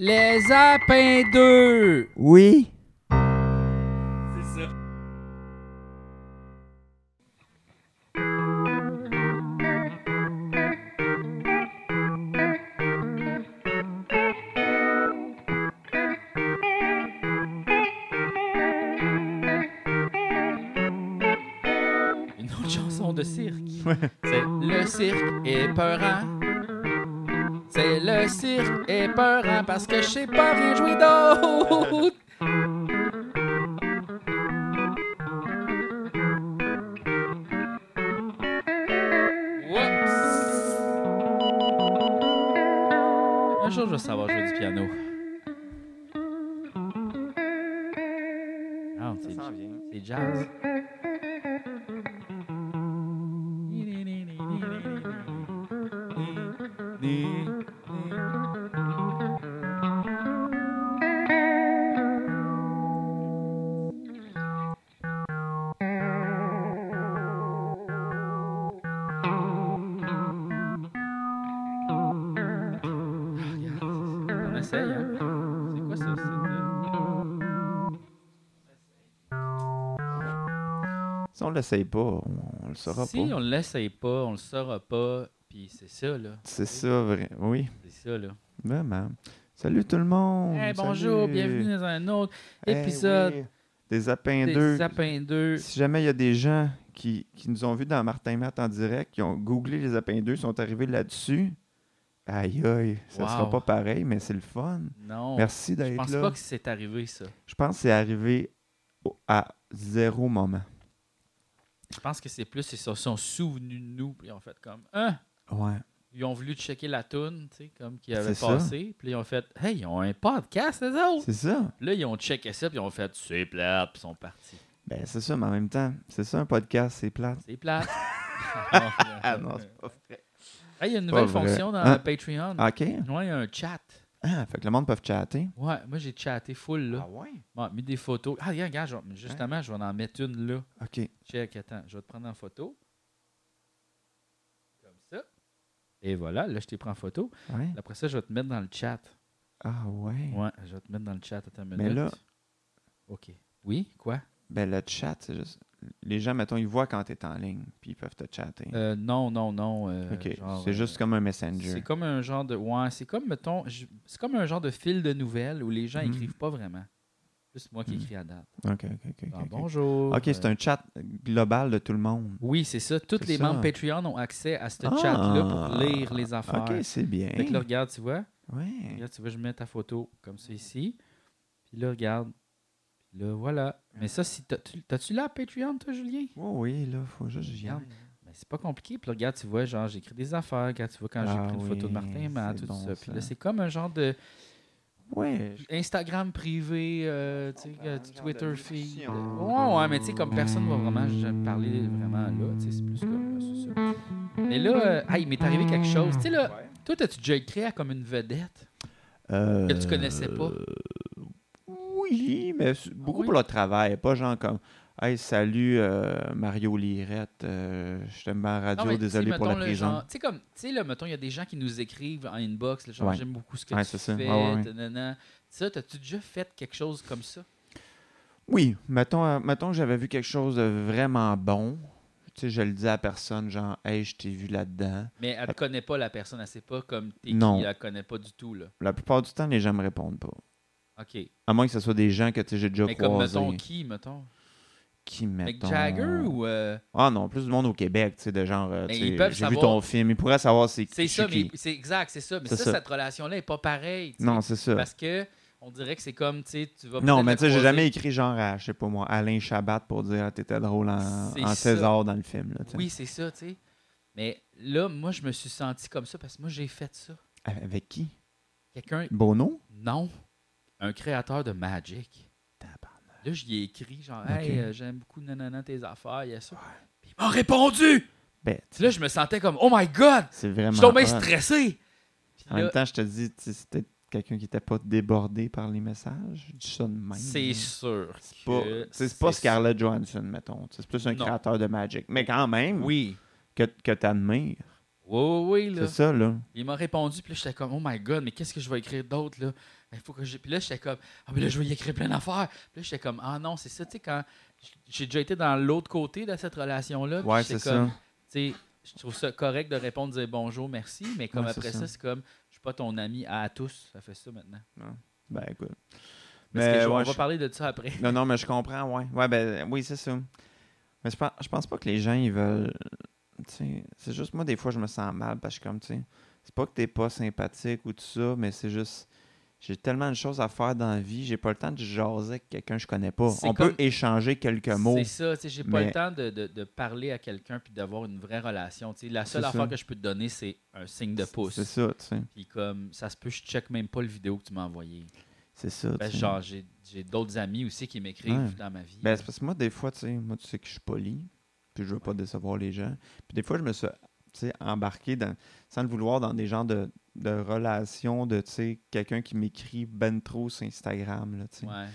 Les Apins 2! Oui. C'est ça. Une autre chanson de cirque. C'est le cirque est peurant. C'est le cirque est peurant parce que je sais pas rien jouer d'autre. Whoops. Un jour, je vais savoir jouer du piano. Ah, c'est- c'est jazz. On essaye, hein? C'est quoi ça? c'est, Si on l'essaye pas, on, on le euh, saura Si pas. on l'essaye pas, on le saura pas, puis c'est ça, là. C'est ça, vrai. Oui, C'est ça, là. vraiment. Salut tout le monde. Hey, bonjour, Oh, Salut. bienvenue dans un autre Eh épisode oui, Des Apins des 2. Sapins 2. Si jamais il y a des gens qui, qui nous ont vus dans Martin Matt en direct, qui ont googlé les Apins 2, sont arrivés là-dessus. Aïe, aïe, ça Wow. sera pas pareil, mais c'est le fun. Non, Merci je d'être pense là. pas que c'est arrivé, ça. Je pense que c'est arrivé au- à zéro moment. Je pense que c'est plus, ils se sont souvenus de nous, puis ils ont fait comme, hein? Ouais. Ils ont voulu checker la toune, tu sais, comme qui avait C'est ça. passé, puis ils ont fait, hey, ils ont un podcast, les autres! C'est ça. Là, ils ont checké ça, puis ils ont fait, c'est plate, puis ils sont partis. Ben, c'est ça, mais en même temps, c'est ça un podcast, c'est plate. C'est plate. euh, Ah non, c'est pas vrai. Hey, il y a une Pas nouvelle vrai. fonction dans Hein? Patreon. OK. Ouais, il y a un chat. Ah, fait que le monde peut chatter. Ouais, moi j'ai chatté full là. ouais? Bon, mis des photos. Ah, regarde, regarde, je vais- justement, je vais en mettre une là. OK. Check, attends, je vais te prendre en photo. Comme ça. Et voilà, là je t'ai pris en photo. Ouais. Après ça, je vais te mettre dans le chat. Ah ouais. Ouais, je vais te mettre dans le chat. Attends une minute. Mais là- OK. Oui, quoi? Ben, le chat, c'est juste... Les gens, mettons, ils voient quand t'es en ligne, puis ils peuvent te chatter. Euh, non, non, non. euh, OK. genre, c'est euh, juste comme un messenger. C'est comme un genre de. Ouais, c'est comme, mettons, je- c'est comme un genre de fil de nouvelles où les gens Mhm. écrivent pas vraiment. Juste moi qui Mhm. écris à date. OK, OK, OK. Ah, OK. bonjour. OK, c'est Euh, un chat global de tout le monde. Oui, c'est ça. Tous C'est les ça. membres Patreon ont accès à ce Ah. chat-là pour lire les affaires. OK, c'est bien. Fait que là, regarde, tu vois. Ouais. Regarde, tu vois, je mets ta photo comme ça ici. Puis là, regarde. Puis là, voilà. Mais ça, si t'as- tu- t'as-tu là Patreon, toi, Julien? Oh oui, là, faut juste j'y Regarde. Mais c'est pas compliqué. Puis là, regarde, tu vois, genre, j'écris des affaires. Regarde, tu vois, quand j'ai Ah pris une photo de oui, Martin, mais c'est tout bon, ça. Puis ça. là, c'est comme un genre de Ouais. Instagram privé, euh, tu sais, comprends, euh, un genre de Twitter feed. discussion. Ouais, ouais, mais tu sais, comme personne va vraiment jamais parler vraiment là, tu sais, c'est plus comme là, c'est ça. Mais là, euh, ah, il m'est arrivé quelque chose. Tu sais, là, toi, t'as-tu déjà écrit à comme une vedette Euh, que tu connaissais pas? Oui, mais s- beaucoup oui? pour le travail, pas genre comme Hey, salut euh, Mario Lirette, euh, je t'aime bien à la radio, mais, tu sais, désolé pour la hein. mettons, là, prison. genre, Tu sais, comme, tu sais, là, mettons, il y a des gens qui nous écrivent en inbox, là, genre, Ouais. j'aime beaucoup ce que Ouais, tu c'est fais, ça. Ouais, ouais, ouais. nanana. Ça, t'as-tu déjà fait quelque chose comme ça? Oui, mettons, euh, mettons que j'avais vu quelque chose de vraiment bon. Tu sais, je le dis à personne, genre, hey, je t'ai vu là-dedans. Mais elle te connaît pas, la personne, elle sait pas comme t'es Non. qui, elle connaît pas du tout, là. La plupart du temps, les gens me répondent pas. OK. À moins que ce soit des gens que tu sais, j'ai déjà mais comme, croisés. mettons, qui, mettons? Qui mettons... Mick Jagger ou... euh, Ah non, plus du monde au Québec, tu sais, de genre, euh, Mais tu ils sais, peuvent j'ai vu savoir- ton film, ils pourraient savoir c'est C'est qui. ça, je suis mais qui. c'est exact, c'est ça. Mais ça, C'est ça. cette relation-là est pas pareille. tu sais. Non, c'est ça. Parce que on dirait que c'est comme, tu sais, tu vas Non, peut-être mais le tu sais, j'ai croiser. jamais écrit genre à, je sais pas moi, Alain Chabat pour dire ah, t'étais drôle en, C'est en ça. César dans le film. Là, tu sais. Oui, c'est ça, tu sais. Mais là, moi, je me suis senti comme ça parce que moi, j'ai fait ça. Avec qui Quelqu'un, Bono non, un créateur de Magic. Tabarnak. Là, j'y ai écrit, genre, Ok. hey, euh, j'aime beaucoup nanana tes affaires, il y a ça. Puis il m'a répondu! Bête. Puis là, je me sentais comme, oh my god, C'est je vraiment. suis tombé hot. stressé! Puis En là, même temps, je te dis, tu sais, c'était quelqu'un qui n'était pas débordé par les messages. Je dis ça de même. c'est là. sûr. C'est pas, que tu sais, c'est pas Scarlett Johansson, mettons. Tu sais, C'est plus un Non. créateur de Magic. Mais quand même, Oui. que, que t'admires. Oui, oui, oui, là. C'est ça, là. Il m'a répondu, puis là, j'étais comme, oh my god, mais qu'est-ce que je vais écrire d'autre, là? il faut que je. Puis là, j'étais comme, ah, mais là, je vais y écrire plein d'affaires. Puis là, j'étais comme, ah non, c'est ça, tu sais, quand j'ai déjà été dans l'autre côté de cette relation-là. puis Ouais, j'étais c'est comme, ça. Tu sais, je trouve ça correct de répondre, dire bonjour, merci, mais comme Ouais, c'est après ça, ça. c'est comme, je suis pas ton ami à tous. Ça fait ça maintenant. Ben, écoute. Parce Mais que je- on ouais, va je- parler de ça après. Non, non, mais je comprends, ouais. Ouais, ben, oui, c'est ça. Mais je pense, je pense pas que les gens, ils veulent. tu sais, C'est juste moi, des fois, je me sens mal parce que, comme, tu sais, c'est pas que t'es pas sympathique ou tout ça, mais c'est juste. J'ai tellement de choses à faire dans la vie, j'ai pas le temps de jaser avec quelqu'un que je connais pas. C'est On comme- peut échanger quelques mots. C'est ça, tu sais, j'ai pas Mais- le temps de, de- de parler à quelqu'un puis d'avoir une vraie relation. tu sais. la seule C'est affaire ça. que je peux te donner, c'est un signe de pouce. C'est ça, tu sais. Puis comme, ça se peut, je check même pas le vidéo que tu m'as envoyé. C'est ça. Ben, tu sais. genre, j'ai j'ai d'autres amis aussi qui m'écrivent Ouais. dans ma vie. Ben, c'est parce que moi, des fois, tu sais, moi, tu sais que je suis poli, puis je veux pas décevoir les gens. Puis des fois, je me suis, tu sais, embarqué, dans, sans le vouloir, dans des genres de, de relations de, tu sais, quelqu'un qui m'écrit ben trop sur Instagram, là, tu sais. ouais,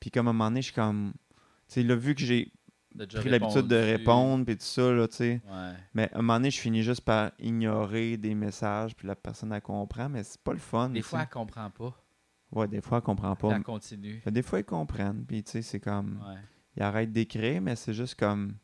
Puis comme à un moment donné, je suis comme, tu sais, là, vu que j'ai t'as déjà pris l'habitude de répondu. répondre, puis tout ça, là, tu sais, Ouais. mais à un moment donné, je finis juste par ignorer des messages, puis la personne, elle comprend, mais c'est pas le Des fun, Hum, tu sais. fois, elle comprend pas. Ouais, des fois, elle comprend Puis pas. hum. Elle continue. Fait des fois, ils comprennent, puis tu sais, c'est comme... Ouais. il arrête d'écrire, mais c'est juste comme.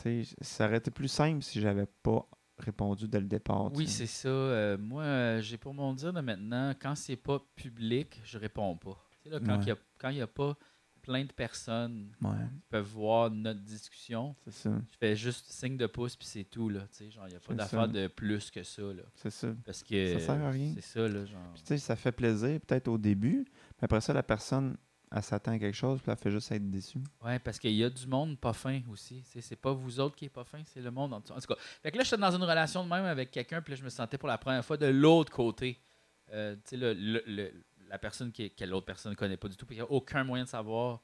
Tu sais, ça aurait été plus simple si j'avais pas répondu dès le départ. Oui, tu sais. c'est ça. Euh, moi, euh, j'ai pour mon dire de maintenant, quand c'est pas public, je réponds pas. Tu sais, là, quand Ouais. il y a- quand il n'y a pas plein de personnes Ouais, qui peuvent voir notre discussion, c'est ça. je fais juste signe de pouce puis c'est tout là, tu sais, genre il n'y a pas C'est d'affaire ça. de plus que ça là C'est ça. parce que Ça sert à euh, rien. C'est ça là genre. Puis, tu sais, ça fait plaisir peut-être au début, mais après ça, la personne, elle s'attend à quelque chose, puis elle fait juste être déçue. Ouais, parce qu'il y a du monde pas fin aussi, tu sais, c'est pas vous autres qui est pas fin, c'est le monde en dessous. En tout cas, fait que là j'étais dans une relation de même avec quelqu'un puis là je me sentais pour la première fois de l'autre côté. Euh, tu sais le- le- le- la personne qui est- que l'autre personne connaît pas du tout, puis il n'y a aucun moyen de savoir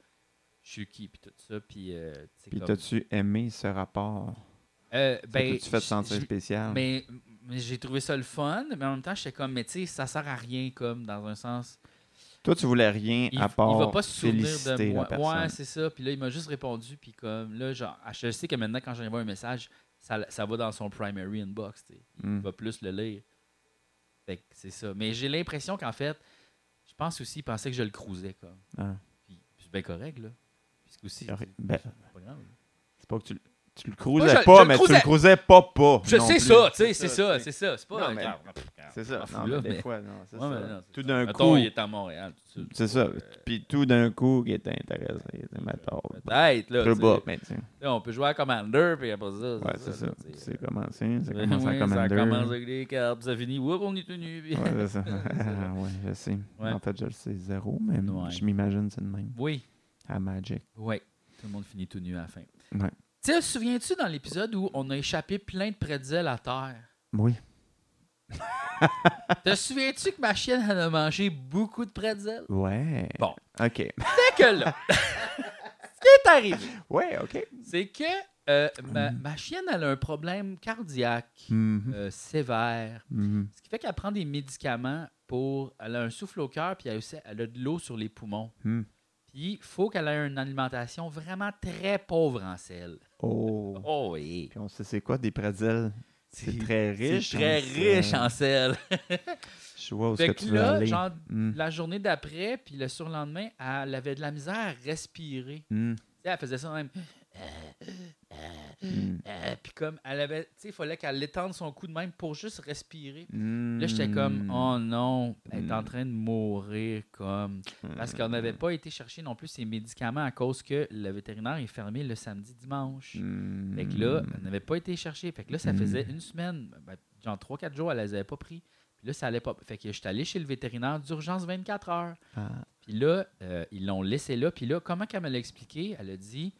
je suis qui puis tout ça puis euh, tu sais, Puis, comme- t'as-tu aimé ce rapport Euh, ben, tu fais te je- sentir je- spécial Mais, mais j'ai trouvé ça le fun, mais en même temps, j'étais comme, mais tu sais, ça sert à rien, comme, dans un sens. Toi, tu voulais rien Il, à part. il va pas se souvenir féliciter de la moi. personne. Ouais, c'est ça. Puis là, il m'a juste répondu, puis comme, là, genre, ah, je sais que maintenant, quand j'envoie un message, ça, ça va dans son primary inbox, tu sais. Il Mm. va plus le lire. Fait que c'est ça. Mais j'ai l'impression qu'en fait, je pense aussi, il pensait que je le cruisais, comme. Ah. Puis, puis c'est bien correct, là. Puis c'est aussi, Correct. c'est- Ben, c'est pas grave. C'est pas que tu, le- tu Moi, le cruisais je- pas, je le mais cruisais. tu le cruisais pas pas. Je non sais plus. ça, tu sais, c'est ça, ça, tu c'est ça. C'est pas. Non, mais- grave. C'est ça. Ah, Je m'en Non, fous, là, mais des mais- fois, non, c'est Ouais, mais ça. non, c'est Tout ça. d'un Mettons, coup- il est euh, à Montréal. tu- C'est ça. Puis tout d'un coup, il était intéressé. Il était mettons, Peut-être, là. plus tu bas, sais. mais tu sais. Là, on peut jouer à Commander, puis après ça. Ouais, c'est ça. là, tu sais. C'est commencé. Ça Ouais, commence à ça commander. commence Ouais, avec les cartes, puis ça finit. Oups, on est tout nu. puis- c'est ça. ouais, je sais. Ouais. En fait, je le sais zéro, mais Ouais. je m'imagine c'est le même. Oui, À Magic. oui. Tout le monde finit tout nu à la fin. Ouais. Tu sais, te souviens-tu dans l'épisode où on a échappé plein de pretzels à terre? Oui. Te souviens-tu que ma chienne, elle a mangé beaucoup de pretzels? Ouais. Bon. OK. C'est que là, ce qui est arrivé, Ouais, OK. c'est que euh, ma, ma chienne, elle a un problème cardiaque Mhm, euh, sévère. mhm. Ce qui fait qu'elle prend des médicaments pour. Elle a un souffle au cœur, puis elle, aussi, elle a de l'eau sur les poumons. Hmm. Puis il faut qu'elle ait une alimentation vraiment très pauvre en sel. Oh. Oh oui. Puis on sait c'est quoi des pretzels. C'est très riche. hein, euh, C'est très riche en sel. Je vois où est-ce Fait que que tu veux là, aller. genre, Mm. la journée d'après, puis le surlendemain, elle avait de la misère à respirer. Mm. Tu sais, elle faisait ça même. Mm. Euh, puis comme elle avait. Tu sais, il fallait qu'elle étende son cou de même pour juste respirer. Mm. Là, j'étais comme, oh non, elle est en Mm. train de mourir, comme. Parce Euh, qu'on n'avait pas été chercher non plus ses médicaments à cause que le vétérinaire est fermé le samedi, dimanche. Mm. Fait que là, elle n'avait pas été chercher. Fait que là, ça Mm. faisait une semaine, ben, genre 3-4 jours, elle les avait pas pris. Puis là, ça allait pas. Fait que je suis allé chez le vétérinaire d'urgence 24 heures. Ah. Puis là, euh, ils l'ont laissé là. Puis là, comment qu'elle me l'a expliqué? Elle a dit,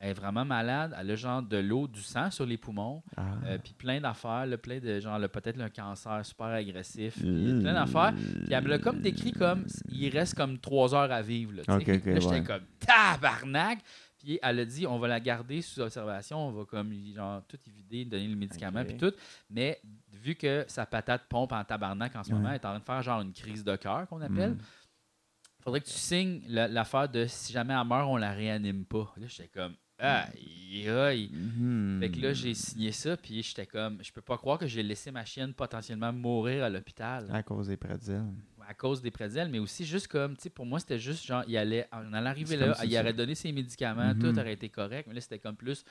elle est vraiment malade. Elle a genre de l'eau, du sang sur les poumons. Ah. Euh, puis plein d'affaires, là, plein de genre, là, peut-être un cancer super agressif, Mm. puis plein d'affaires. Puis elle me l'a comme décrit comme il reste comme trois heures à vivre. Là, tu sais. Ok, ok, Là, j'étais ouais. comme tabarnak. Puis elle a dit on va la garder sous observation, on va comme genre tout y vider, lui donner le médicament, Ok. puis tout. Mais vu que sa patate pompe en tabarnak en ce Ouais. Mm. moment, elle est en train de faire genre une crise de cœur qu'on appelle. Faudrait que tu signes la- l'affaire de si jamais elle meurt, on la réanime pas. Là, j'étais comme aïe aïe. Mhm. Fait que là, j'ai signé ça, puis j'étais comme, je peux pas croire que j'ai laissé ma chienne potentiellement mourir à l'hôpital À cause des pretzels. à à cause des prédelles, mais aussi juste comme, tu sais, pour moi, c'était juste genre, il allait, on allait arriver C'est là, comme si il ça- aurait donné ses médicaments, Mhm. tout aurait été correct, mais là, c'était comme plus,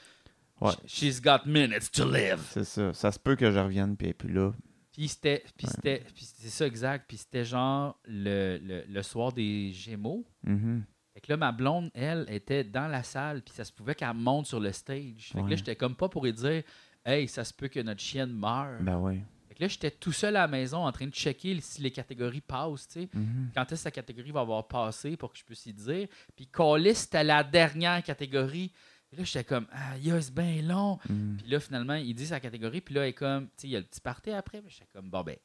Ouais. she's got minutes to live. C'est ça. Ça se peut que je revienne puis elle est plus là. Puis c'était, puis Ouais. c'était, puis c'est ça exact, puis c'était genre le, le, le soir des Gémeaux. Mhm. Fait que là, ma blonde, elle, était dans la salle, puis ça se pouvait qu'elle monte sur le stage. Fait que là, Ouais. j'étais comme pas pour lui dire, hey, ça se peut que notre chienne meure. Ben oui. Fait que là, j'étais tout seul à la maison en train de checker si les catégories passent, tu sais. Mhm. Quand est-ce que sa catégorie va avoir passé pour que je puisse y dire. Puis Callis, c'était la dernière catégorie. Puis là, j'étais comme, aïe, c'est bien long. Mhm. Puis là, finalement, il dit sa catégorie. Puis là, elle est comme, tu sais, il y a le petit party après. Mais j'étais comme, bon, ben, tu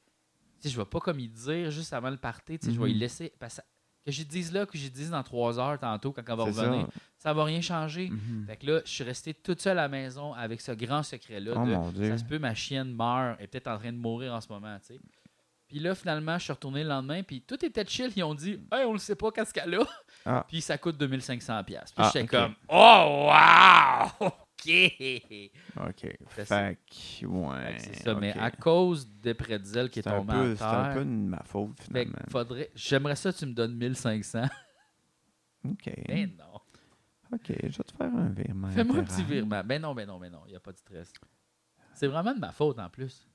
sais, je vais pas comme y dire juste avant le party. Tu sais, je vais y Mhm. laisser. parce que ça- que j'y dise là, que j'y dise dans trois heures tantôt quand on va Mhm. C'est ça. revenir. Ça. va rien changer. Mhm. Fait que là, je suis resté toute seule à la maison avec ce grand secret-là Oh de mon dieu. ça se peut, ma chienne meurt, elle est peut-être en train de mourir en ce moment, tu sais. Puis là, finalement, je suis retourné le lendemain, puis tout était chill. Ils ont dit, hey, on le sait pas qu'est-ce qu'elle a. Ah. Puis ça coûte 2500$. Puis Ah, j'étais ok. comme, oh, wow! OK! OK. Fait Fait que, ouais. C'est ça, mais Ben, ok. à cause de Predzel qui est C'est un tombé peu- à C'est un terre, peu de ma faute, fait que finalement. faudrait... j'aimerais ça que tu me donnes 1500$. OK. Ben non. OK, je vais te faire un virement. Fais-moi un petit intégral. virement. Ben non, ben non, ben non, il n'y a pas de stress. C'est vraiment de ma faute en plus.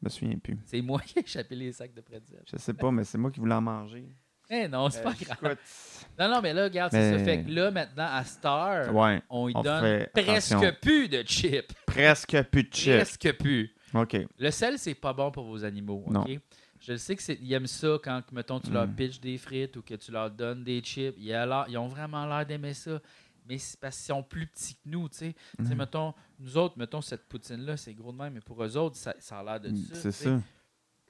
Je me souviens plus. C'est moi qui ai échappé les sacs de Predzel. Je sais pas, mais c'est moi qui voulais en manger. Eh non, c'est Euh, pas je- grave. écoute, Non, non, mais là, regarde, c'est Mais- ça. Fait que là, maintenant, à Star, Ouais, on lui on euh, donne fait presque attention. plus de chips. presque plus de chips. Presque plus. OK. Le sel, c'est pas bon pour vos animaux, OK? Non. Je le sais qu'ils aiment ça quand, mettons, tu leur Mm. pitches des frites ou que tu leur donnes des chips. Ils, a l'air- ils ont vraiment l'air d'aimer ça. Mais c'est parce qu'ils sont plus petits que nous, tu sais. Tu sais, Mm. mettons, nous autres, mettons, cette poutine-là, c'est gros de même, mais pour eux autres, ça, ça a l'air de ça. mm, C'est tu sais. ça.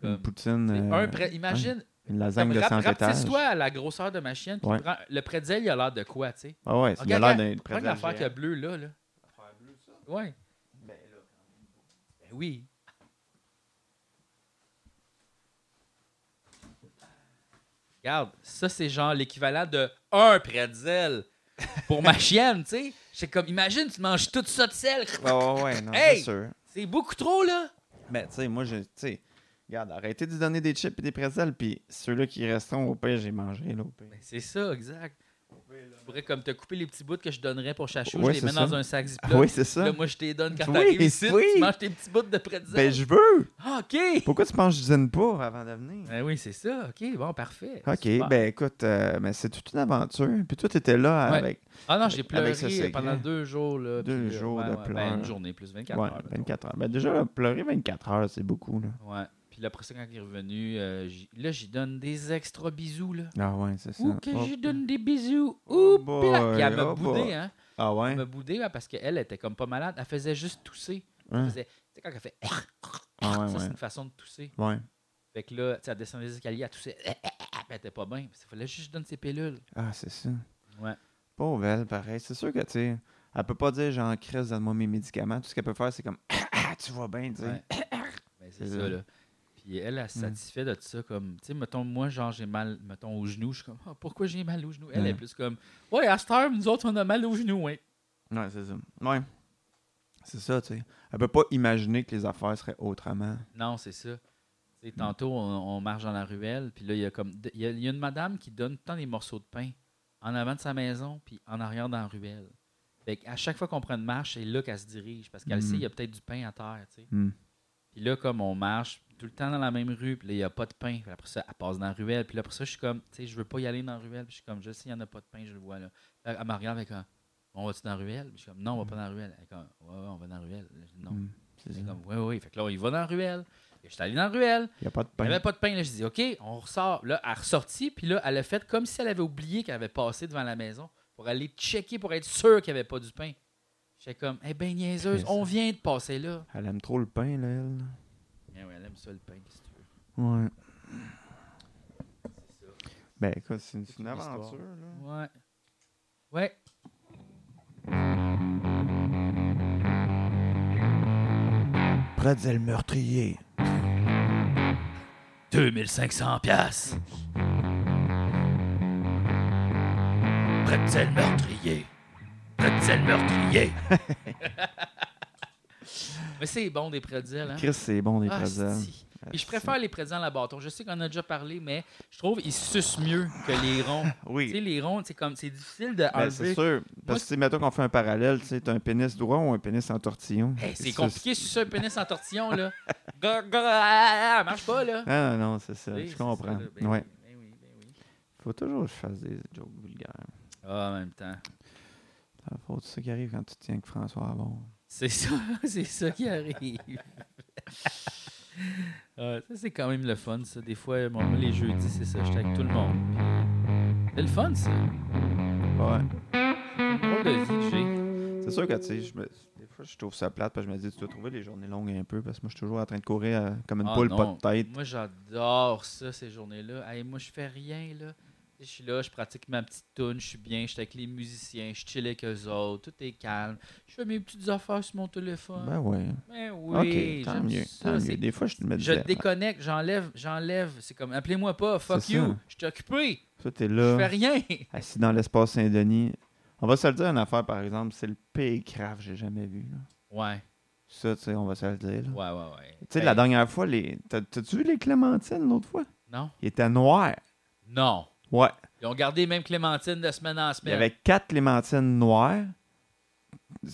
Comme, Une poutine. tu sais, euh, un pré- Imagine, Une lasagne comme de 100 rap- étages. rapetisse-toi à la grosseur de ma chienne, puis Ouais. prends- le prédile, il a l'air de quoi, tu sais? Ah ouais, il a Regarde, l'air regarde, d'un Prends prédile l'affaire qui a géant. bleu, là. là. Ouais. Ben oui. Regarde, ça, c'est genre l'équivalent de un pretzel pour ma chienne, tu sais. C'est comme, imagine, tu manges tout ça de sel. Ouais, ouais, ouais, non, Hey! c'est sûr. C'est beaucoup trop, là. Mais tu sais, moi, je. Tu sais, regarde, arrêtez de donner des chips et des prétzels, puis ceux-là qui resteront, au pire, j'ai mangé, là, au pire. Ben, c'est ça, exact. Je pourrais comme te couper les petits bouts que je donnerais pour chachou, Ouais, je les c'est mets ça. dans un sac Ah Ziploc. oui, c'est ça. Là, moi, je te les donne quand Oui, t'arrives ici. oui. Tu manges tes petits bouts de pretzel. Ben, je veux! Ah, OK. Pourquoi tu penses que je dîne pas avant de venir? Ben oui, c'est ça. OK, bon, parfait. Ok, Super. ben écoute, euh, mais c'est toute une aventure. Puis toi, t'étais là Ouais. avec Ah non, j'ai Avec- pleuré avec ce secret. pendant deux jours. Là, Deux puis, euh, jours ouais, de ouais, pleurs. ben, une journée plus 24 ouais, heures. là, 24 heures. Ben déjà, là, pleurer 24 heures, c'est beaucoup. Là. donc. Ouais. Puis là, après ça, quand il est revenu, euh, j'y- là, j'y donne des extra bisous. Là. Ah ouais, c'est ça. Ou que Oh. j'y donne des bisous. Oh Oups là! boy, Puis elle m'a oh boudé, boy. hein. Ah ouais? Elle m'a boudé ouais, parce qu'elle était comme pas malade. Elle faisait juste tousser. Elle Hein? faisait... Tu sais, quand elle fait... Ah ça, ouais, c'est ouais. une façon de tousser. Ouais. Fait que là, tu sais, elle descendait les escaliers, elle toussait. Puis elle était pas bien. Il fallait juste que je donne ses pilules. Ah, c'est ça. Ouais. Pauvre elle, pareil. C'est sûr que, tu sais, elle peut pas dire, genre, Chris, donne-moi mes médicaments. Tout ce qu'elle peut faire, c'est comme, Ah, ah, tu vois bien, tu sais. Ouais. Ben, c'est C'est ça, ça. là. Puis elle, elle se Mm. satisfait de ça, comme, tu sais, mettons, moi, genre, j'ai mal, mettons, au genou, je suis comme, Ah, pourquoi j'ai mal au genou? Elle Ouais. est plus comme, ouais, à cette heure, nous autres, on a mal au genou, ouais. Ouais, c'est ça. Ouais. C'est ça, tu sais. Elle peut pas imaginer que les affaires seraient autrement. Non, c'est ça. Tu sais, tantôt, on, on marche dans la ruelle, puis là, il y a comme, il y, a- il y a une madame qui donne tout le temps des morceaux de pain en avant de sa maison, puis en arrière dans la ruelle. Fait qu'à chaque fois qu'on prend une marche, c'est là qu'elle se dirige, parce qu'elle Mm. sait, il y a peut-être du pain à terre, tu sais. Hmm. Puis là, comme on marche tout le temps dans la même rue, puis là, il n'y a pas de pain. Puis après ça, elle passe dans la ruelle. Puis là, après ça, je suis comme, tu sais, je veux pas y aller dans la ruelle. Puis je suis comme, je sais, il n'y en a pas de pain, je le vois là. Là, elle me regarde avec un, on va-tu dans la ruelle? Puis je suis comme, non, on va pas dans la ruelle. Elle est comme, ouais, ouais, on va dans la ruelle. Là, je dis, non. Hmm. C'est Elle ça. est comme, ouais, ouais. Fait que là, on y va dans la ruelle. Et je suis allé dans la ruelle. Il y a pas de Il pain. n'y avait pas de pain. Là, je dis, OK, on ressort. Là, elle a ressorti. Puis là, elle a fait comme si elle avait oublié qu'elle avait passé devant la maison pour aller checker, pour être sûre qu'il n'y avait pas du pain. J'étais comme, eh ben niaiseuse, Chris. on vient de passer là. Elle aime trop le pain, là, elle. Eh ouais, elle aime ça, le pain, si tu veux. Ouais. C'est ça. Ben écoute, c'est une, c'est une une histoire. aventure, là. Ouais. Ouais. Pretzel meurtrier. 2500 piastres. Pretzel meurtrier. Pretzel meurtrier. Mais c'est bon des pretzels, hein? Chris, c'est bon des Ah, pretzels. Ah, si. Puis je préfère les présidents à la bâton. Je sais qu'on en a déjà parlé, mais je trouve qu'ils sucent mieux que les ronds. Tu sais, Oui, les ronds, c'est comme c'est difficile de ben, c'est enlever. sûr. Parce que, tu sais, mettons qu'on fait un parallèle, tu sais, t'as un pénis droit ou un pénis en tortillon. Hey, Eh, c'est Ça, compliqué sur un pénis en tortillon, là. Gr- gr- ah, ah, marche pas, là. Ah non, non, c'est ça. Tu sais, je c'est comprends. ça, là. Ben ouais. oui, ben oui, ben oui. Faut toujours que je fasse des jokes vulgaires. Ah, en même temps. C'est la faute, c'est ça qui arrive quand tu tiens avec François Avant. C'est ça, c'est ça qui arrive. Ah, ça, c'est quand même le fun, ça. Des fois, bon, moi, les jeudis, c'est ça, j'étais avec tout le monde. Puis, C'est le fun, ça. Ouais. Drôle de vie que j'ai. C'est sûr que, tu sais, je me- des fois, je trouve ça plate parce que je me dis, tu dois trouver les journées longues un peu parce que moi, je suis toujours en train de courir euh, comme une Ah, poule non. pas de tête. Moi, j'adore ça, ces journées-là. Hey, moi, je fais rien, là. Je suis là, je pratique ma petite toune, je suis bien, je suis avec les musiciens, je chill avec eux autres, tout est calme. Je fais mes petites affaires sur mon téléphone. Ben ouais. Ben oui, ok, tant j'aime mieux. ça, Tant c'est mieux. Des fois, je me dis, Je déconnecte, j'enlève, j'enlève. C'est comme, appelez-moi pas, fuck C'est you, ça. je suis occupé, toi, t'es je fais là, rien. assis dans l'espace Saint-Denis. On va se le dire, une affaire, par exemple, c'est le pire craft que j'ai jamais vu. là. Ouais, Ça, tu sais, on va se le dire. là. ouais, ouais, ouais. Tu sais, Ben, la dernière fois, les... t'as- t'as-tu vu les clémentines l'autre fois? Non, Ils étaient noirs. non. Ouais. Ils ont gardé même Clémentine de semaine en Il y semaine. avait quatre clémentines noires,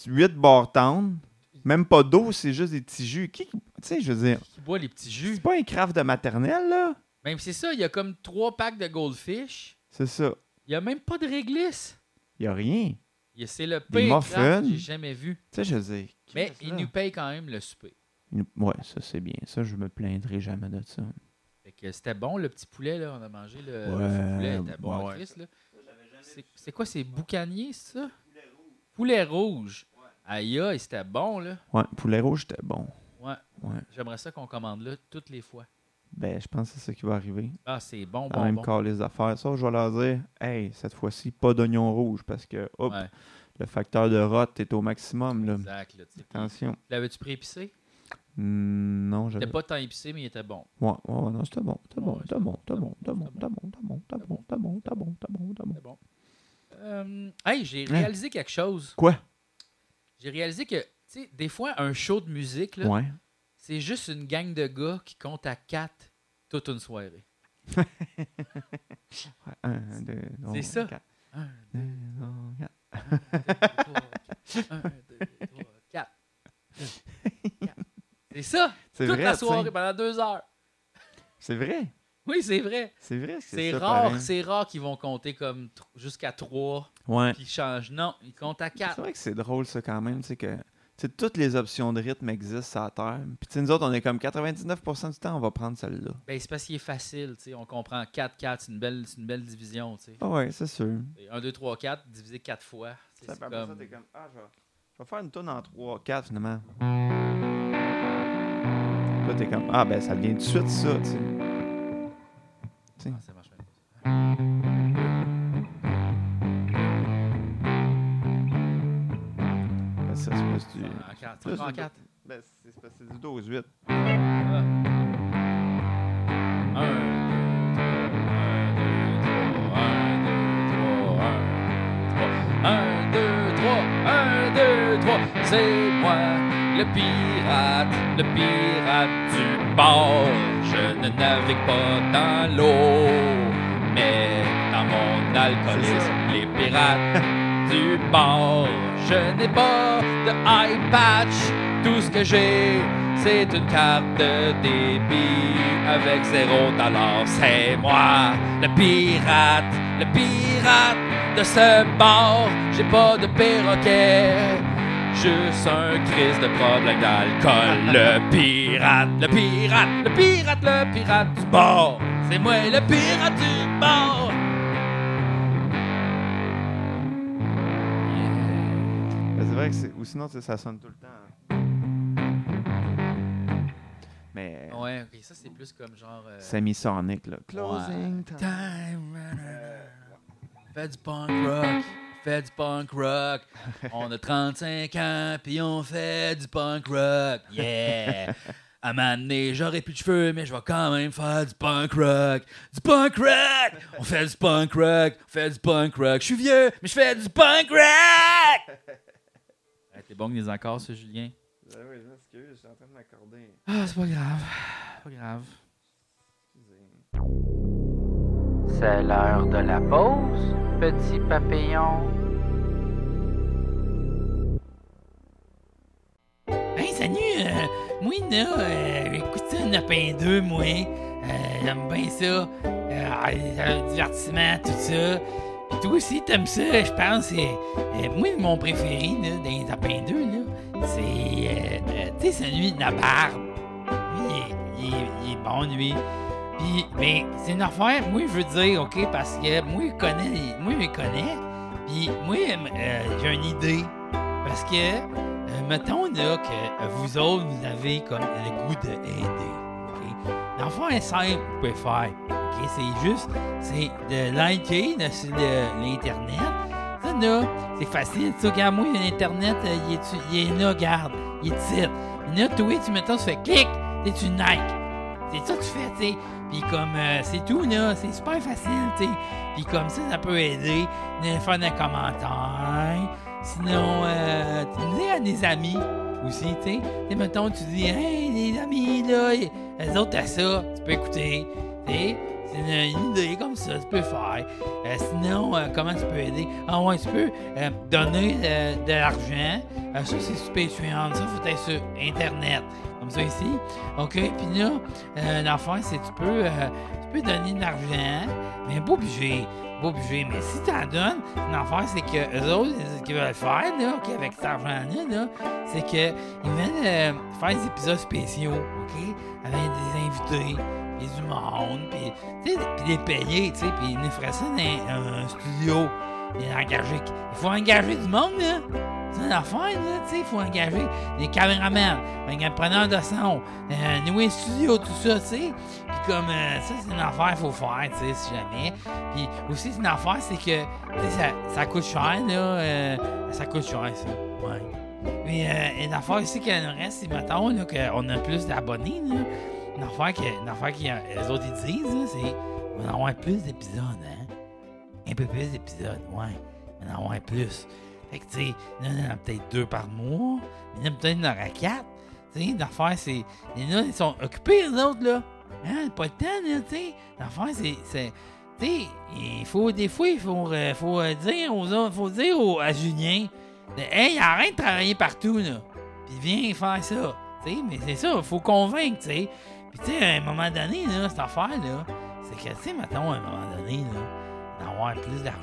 huit bartendes, même pas d'eau, c'est juste des petits jus. Qui, tu sais, je veux dire, Qui boit les petits jus. c'est pas un craft de maternelle, là. Même c'est ça, il y a comme trois packs de Goldfish. C'est ça. Il n'y a même pas de réglisse. Il y a rien. Il- C'est le Des pire muffins. craft que j'ai jamais vu. Tu sais, je veux dire. Mais qu'est-ce ils là? nous payent quand même le souper. Ils nous- Ouais, ça, c'est bien. Ça, je me plaindrai jamais de ça. Fait que c'était bon, le petit poulet, là. On a mangé le, le Ouais, faux poulet. C'était bon, ouais. Chris, là. C'est- C'est quoi, c'est boucanier, c'est ça? Poulet rouge. Aïe, aïe, c'était bon, là. Ouais, poulet rouge, c'était bon. Ouais. Ouais. J'aimerais ça qu'on commande là toutes les fois. Ben, je pense que c'est ça qui va arriver. Ah, c'est bon, Dans bon, même bon. corps les affaires. Ça, je vais leur dire, hey, cette fois-ci, pas d'oignon rouge parce que, hop, Ouais, le facteur de rot est au maximum, là. exact, là, tu sais. Attention. L'avais-tu pris épicé? Hmm, non, j'avais C'était pas tant épicé, mais il était bon. Ouais, ouais, ouais, non, c'était bon, c'était bon, Ouais, c'était bon, c'était c'était bon, c'était bon, bon, c'était bon, c'était bon, c'était bon, c'était bon, c'était bon, c'était bon, c'était bon. C'était bon. Euh, hey, j'ai Hein? réalisé quelque chose. Quoi? J'ai réalisé que, tu sais, des fois, un show de musique, là, Ouais. c'est juste une gang de gars qui compte à quatre toute une soirée. Ouais, un, deux, trois, C'est ça. quatre. Un, Deux, trois, quatre. Un, deux, trois, quatre. Quatre. C'est ça, C'est toute vrai, la tu sais. soirée, pendant deux heures. C'est vrai, Oui, c'est vrai. c'est vrai. C'est ça, rare, pareil. c'est rare qu'ils vont compter comme tr- jusqu'à trois, Ouais. puis ils changent. Non, ils comptent à C'est quatre. vrai que c'est drôle, ça, quand même, tu sais, que tu sais, toutes les options de rythme existent à terre. Puis, tu sais, nous autres, on est comme 99% du temps, on va prendre celle-là. Ben, c'est parce qu'il est facile, tu sais. On comprend 4, 4, c'est une belle, c'est une belle division, tu sais. Ah ouais, c'est sûr. 1, 2, 3, 4, divisé 4 fois. tu sais, Ça, C'est après ça, comme... t'es comme, ah, je vais, je vais faire une tourne en 3, 4 finalement. Là, t'es comme, ah, ben ça devient tout de suite ça, tu sais. Ah, ça marche même pas. Ben, ça, c'est plus du. En 4, c'est en 4. Ben, c'est c'est parce que c'est du 12, 8. 1, 2, 3, 1, 2, 3, 1, 2, 3, 1, 2, 3, 1, 2, 3, c'est moi, le pirate, le pirate du bord. Je ne navigue pas dans l'eau, mais dans mon C'est ça. alcoolisme, les pirates du bord. Je n'ai pas de eye patch, tout ce que j'ai, c'est une carte de débit avec zéro dollar. C'est moi, le pirate, le pirate de ce bord. J'ai pas de perroquet. Juste un crise de problème d'alcool. Le pirate, le pirate, le pirate, le pirate du bord. C'est moi le pirate du bord. Ben, c'est vrai que c'est. Ou sinon, tu sais, ça sonne tout le temps. hein. Mais. Ouais, ok, ça c'est plus comme genre. euh, Samy Sonic, là. Closing time. Time. Fait du punk rock. Fait du punk rock. On a 35 ans, puis on fait du punk rock. Yeah! À m'amener, j'aurai plus de cheveux, mais je vais quand même faire du punk rock. Du punk rock! On fait du punk rock. On fait du punk rock. Je suis vieux, mais je fais du punk rock! Hey, T'es bon que les encore, ce Julien? Ben oui, je m'excuse, je suis en train de m'accorder. Ah, c'est pas grave. Pas grave. Excusez. C'est l'heure de la pause, petit papillon. Hey, salut! euh, moi, là, euh, écoute ça, Nopin 2, moi. Euh, J'aime bien ça. Euh, ah, le divertissement, tout ça. Puis toi aussi, t'aimes ça, je pense. Euh, euh, moi, mon préféré, là, dans les Nopin 2, là, c'est, euh, euh, tu sais, celui de la barbe. Lui, il est, il est- il est bon, lui. Puis, ben, c'est une affaire, moi, je veux dire, OK, parce que moi, je connais, les- moi, je les connais. Puis, moi, euh, j'ai une idée. Parce que... Euh, mettons là, que euh, vous autres, vous avez comme le goût de aider. ok? Dans le fond, un simple, vous pouvez faire. ok? C'est juste, c'est de liker là, sur le- l'Internet. Ça, là, c'est facile. Tu regardes, moi, l'Internet, euh, il est, tu- il est là, regarde. Il est titre. Puis là, toi, tu mettons, tu fais clic, et tu like. C'est ça que tu fais, tu sais. Puis comme, euh, c'est tout, là. C'est super facile, tu sais. Puis comme ça, ça peut aider. Euh, Faire des commentaires. Sinon, euh, tu dis à des amis aussi, tu sais. Tu sais, mettons, tu dis, hey, les amis, là, y- elles autres, t'as ça, tu peux écouter, tu sais. C'est une, une idée comme ça, tu peux faire. Euh, sinon, euh, comment tu peux aider? Ah ouais, tu peux euh, donner euh, de l'argent. Euh, ça, c'est sur Patreon. Ça, faut être sur Internet. Comme ça ici. OK? Puis là, euh, l'affaire, c'est que tu peux, euh, tu peux donner de l'argent, mais pas obligé pas obligé. Mais si t'en donnes, l'affaire, c'est que eux autres, ce qu'ils veulent faire, là, OK, avec cet argent-là, là, c'est que ils veulent euh, faire des épisodes spéciaux, OK, avec des invités, puis du monde, puis, tu sais, puis les payer, tu sais, puis ils nous feraient ça dans euh, un, un studio. Ils engagent- Il faut engager du monde, là. C'est une affaire, là, tu sais, il faut engager des caméramans, un preneur de son, euh, nouer un studio, tout ça, tu sais. Puis comme, euh, ça, c'est une affaire qu'il faut faire, tu sais, si jamais. Puis aussi, c'est une affaire, c'est que tu sais, ça, ça coûte cher, là. euh, ça coûte cher, ça. Ouais. Mais euh, une affaire aussi qu'il nous reste, c'est mettons là, qu'on a plus d'abonnés, là. Une affaire que une affaire qu'ils autres ils disent, là, c'est on va en avoir plus d'épisodes, hein. Un peu plus d'épisodes, ouais. On va en avoir plus. Fait que tu sais, là, on en a peut-être deux par mois, mais là peut-être on en aura quatre. Tu sais, l'affaire, c'est. les là, ils sont occupés, les autres, là. Hein, pas le temps, là, tu sais. L'affaire, c'est- c'est tu sais, il faut des fois, il faut, euh, faut euh, dire aux autres, faut dire aux, à Julien, de, hey, arrête de travailler partout, là. Puis viens faire ça. Tu sais, mais c'est ça, faut convaincre, tu sais. Puis tu sais, à un moment donné, là, cette affaire-là, c'est que, tu sais, mettons, à un moment donné, là, d'avoir plus d'argent,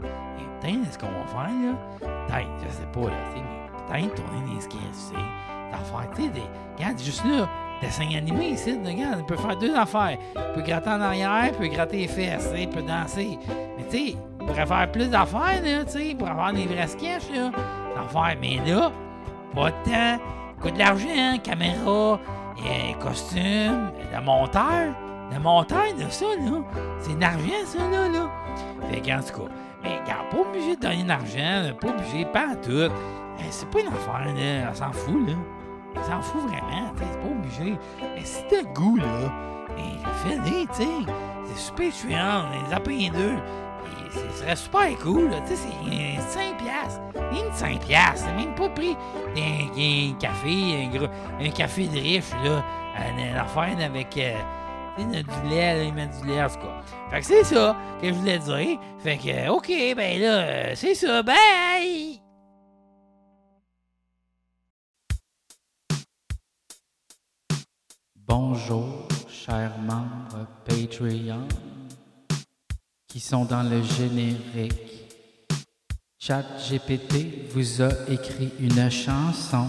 là. Et peut-être, est-ce qu'on va faire, là? Peut-être, je sais pas, là, tu sais, mais peut-être tourner des skis, tu sais. Cette affaire, tu sais, des- regarde, juste là, dessin animé ici, regarde, on peut faire deux affaires. Il peut gratter en arrière, il peut gratter les fesses, tu sais, il peut danser. Mais tu sais, il pourrait faire plus d'affaires, là, tu sais, pour avoir des vrais sketchs, là. D'affaires, mais là, pas de temps, coûte de l'argent, caméra, et costume, le monteur. Le monteur de ça, là, c'est de l'argent, ça, là, là. Fait qu'en tout cas, mais regarde, pas obligé de donner de l'argent, là, pas obligé, pas en tout. Eh, C'est pas une affaire, là, on s'en fout, là. On s'en fout vraiment, tu sais, c'est pas obligé. Mais si t'as le goût, là, mais fais-les, tu sais. C'est super chiant, on les a payés deux. Et Ce serait super cool, là. Tu sais, c'est euh, 5 piastres. Une 5 piastres, c'est même pas pris d'un d'un café, un, gros, un café de riche, là. Une, une affaire avec... euh, tu sais, du lait, là, il met du lait, en tout cas. Fait que c'est ça que je voulais dire. Fait que, euh, OK, ben là, euh, c'est ça. Bye! Bonjour, chers membres Patreon qui sont dans le générique. Chat GPT vous a écrit une chanson.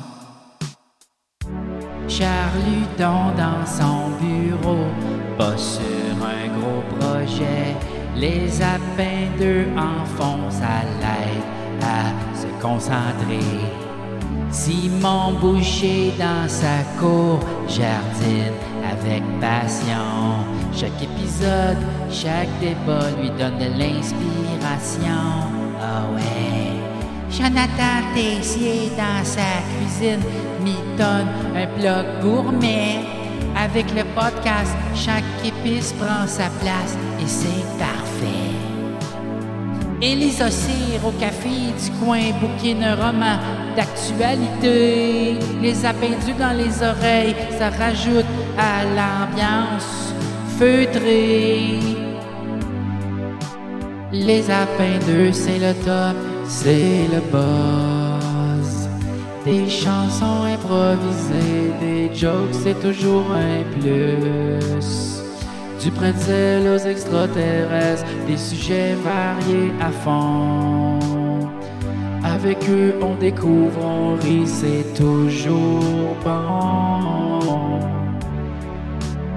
Charluton dans son bureau, pas sur un gros projet. Les appels d'eux enfoncent à l'aide à se concentrer. Simon Boucher dans sa cour jardine avec passion. Chaque épisode, chaque débat lui donne de l'inspiration. Ah ouais. Jonathan Tessier dans sa cuisine mitonne un bloc gourmet. Avec le podcast, chaque épice prend sa place et c'est parfait. Élise Cyr au café du coin bouquine un roman d'actualité. Les appendus dans les oreilles, ça rajoute à l'ambiance feutrée. Les appendus, c'est le top, c'est le buzz. Des chansons improvisées, des jokes, c'est toujours un plus. Du pretzel aux extraterrestres, des sujets variés à fond. Avec eux, on découvre, on rit, c'est toujours bon.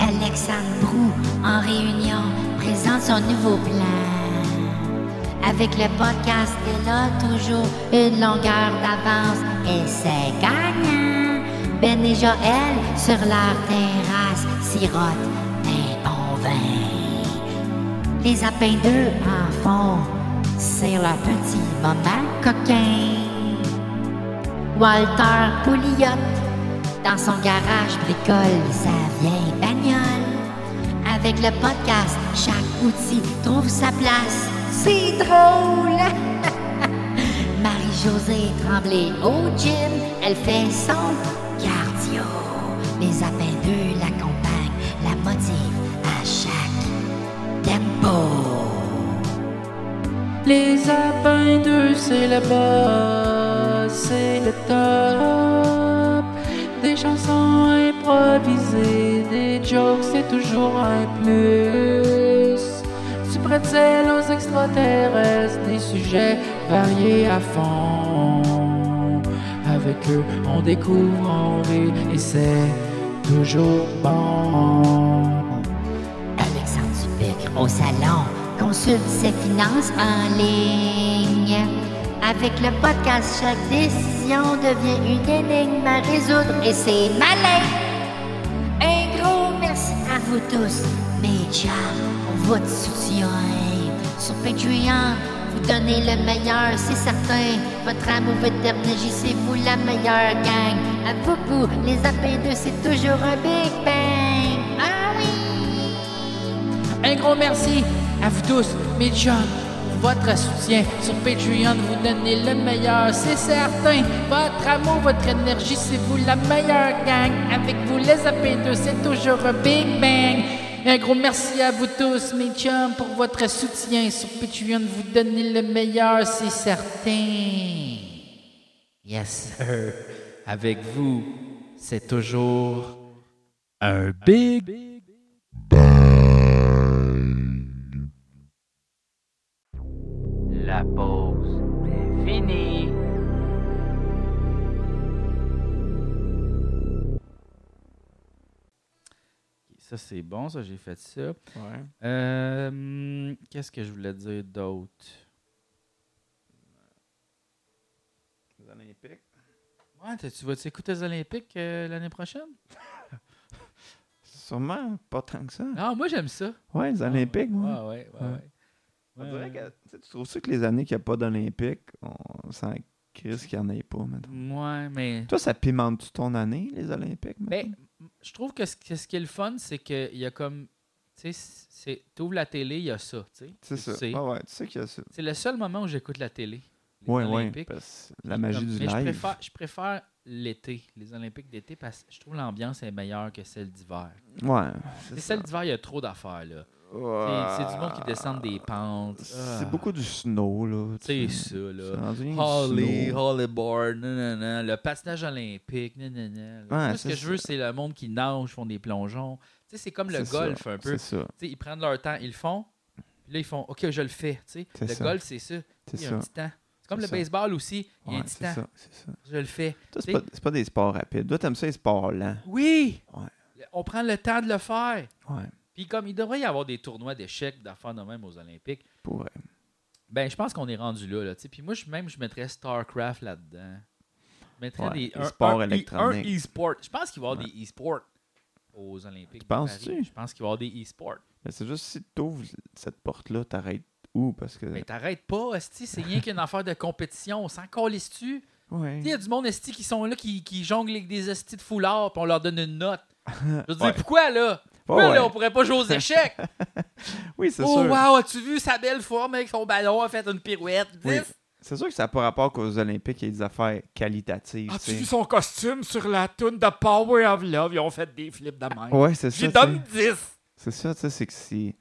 Alexandre Brou, en réunion, présente son nouveau plan. Avec le podcast, il a toujours une longueur d'avance et c'est gagnant. Ben et Joël, sur leur terrasse, sirotent un bon vin. Les apins d'eux en font, c'est leur petit moment coquin. Walter Pouliot, dans son garage, bricole sa vieille bagnole. Avec le podcast, chaque outil trouve sa place. C'est drôle! Marie-Josée Tremblay au gym, elle fait son cardio. Les appels d'eux l'accompagnent, la motivent à chaque tempo. Les apins d'eux, c'est le bas, c'est le top. Des chansons improvisées, des jokes, c'est toujours un plus. Du pretzel aux extraterrestres, des sujets variés à fond. Avec eux, on découvre, on rit, et c'est toujours bon. Alexandre Dubuc au salon consulte ses finances en ligne. Avec le podcast, chaque décision devient une énigme à résoudre et c'est malin. Un gros merci à vous tous, mes chums, pour votre soutien. Sur Patreon, vous donnez le meilleur, c'est certain. Votre amour, votre énergie, c'est vous la meilleure gang. À vous, vous, les appels d'eux, c'est toujours un Big Bang. Ah oui! Un gros merci à vous tous, mes chums, pour votre soutien. Sur Patreon, vous donnez le meilleur, c'est certain. Votre amour, votre énergie, c'est vous la meilleure gang. Avec vous, les AP2, c'est toujours un Big Bang. Un gros merci à vous tous, mes chums, pour votre soutien. Sur Patreon, vous donnez le meilleur, c'est certain. Yes, sir. Euh, Avec vous, c'est toujours un big La pause est finie. Ça, c'est bon, ça, j'ai fait ça. Ouais. Euh, Qu'est-ce que je voulais dire d'autre? Les Olympiques. Ouais, t'as- tu vas-tu écouter les Olympiques euh, l'année prochaine? Sûrement pas tant que ça. Non, Ah, moi, j'aime ça. Ouais, Ah, les Hmm. Olympiques, Ouais, ouais. ouais, ouais. ouais, Ouais. On Ouais, dirait ouais. que tu sais, tu trouves ça que les années qu'il n'y a pas d'Olympiques, on s'en crisse qu'il n'y en ait pas, maintenant. Ouais, mais. Toi, ça pimente ton année, les Olympiques? mettons? Ben, je trouve que ce, que ce qui est le fun, c'est qu'il y a comme. Tu sais, c'est- t'ouvres la télé, il y a ça. tu sais. c'est Tu ça. sais. Ouais, ouais, tu sais qu'il y a ça. C'est le seul moment où j'écoute la télé. les Ouais, ouais. Olympiques. parce que la Puis magie comme- du mais Je live. préfère, je préfère l'été, les Olympiques d'été, parce que je trouve l'ambiance est meilleure que celle d'hiver. Ouais. Et Celle d'hiver, il y a trop d'affaires, là. Ouais. C'est c'est du monde qui descend des pentes. Ah. Euh, C'est beaucoup du snow, là. tu C'est sais. ça, C'est là. rendu rien que du Holly, snow. Hollyboard, nanana, le patinage olympique, nanana. Moi, ce c'est que je ça. veux, c'est le monde qui nage, font des plongeons. Tu sais, c'est comme le C'est ça, golf un peu. C'est ça, Tu sais, ils prennent leur temps, ils le font. Puis là, ils font OK, je le fais. tu sais. C'est Le ça. golf, c'est ça. c'est Il y a un ça. petit temps. C'est comme C'est le ça. baseball aussi. Il y a un Ouais, petit c'est temps. ça, c'est ça. Je le fais. Toi, c'est T'sais- pas, c'est pas des sports rapides. Toi, t'aimes ça les sports lents. Oui! Ouais. Le- On prend le temps de le faire. Ouais, Puis comme il devrait y avoir des tournois d'échecs d'affaires de même aux Olympiques, pour vrai. ben je pense qu'on est rendu là. là tu sais. Puis moi, je, même, je mettrais StarCraft là-dedans. Je mettrais Ouais, des, les sports électroniques. Un e-sport. Je pense qu'il va y avoir des e-sports aux Olympiques. de penses-tu? Paris. Je pense qu'il va y avoir des e-sports. Mais c'est juste si t'ouvres cette porte-là, t'arrêtes où? Parce que. Mais t'arrêtes pas, Esti. C'est rien qu'une affaire de compétition. On s'en calisse-tu? Ouais. Tu sais, Il y a du monde esti qui sont là, qui, qui jonglent avec des estis de foulard, puis on leur donne une note. Je veux dire, Ouais. pourquoi là? Oh, Là, ouais. là, on pourrait pas jouer aux échecs. Oui, c'est oh, sûr. wow, as-tu vu sa belle forme avec son ballon? a fait une pirouette. Oui. Dix. C'est sûr que ça n'a pas rapport qu'aux Olympiques, il y a des affaires qualitatives. Ah, As-tu tu vu sais. Ah, son costume sur la toune de Power of Love? Ils ont fait des flips de même. Ouais, c'est ça. J'y tu donne sais. 10. C'est ça, tu sais, c'est que si.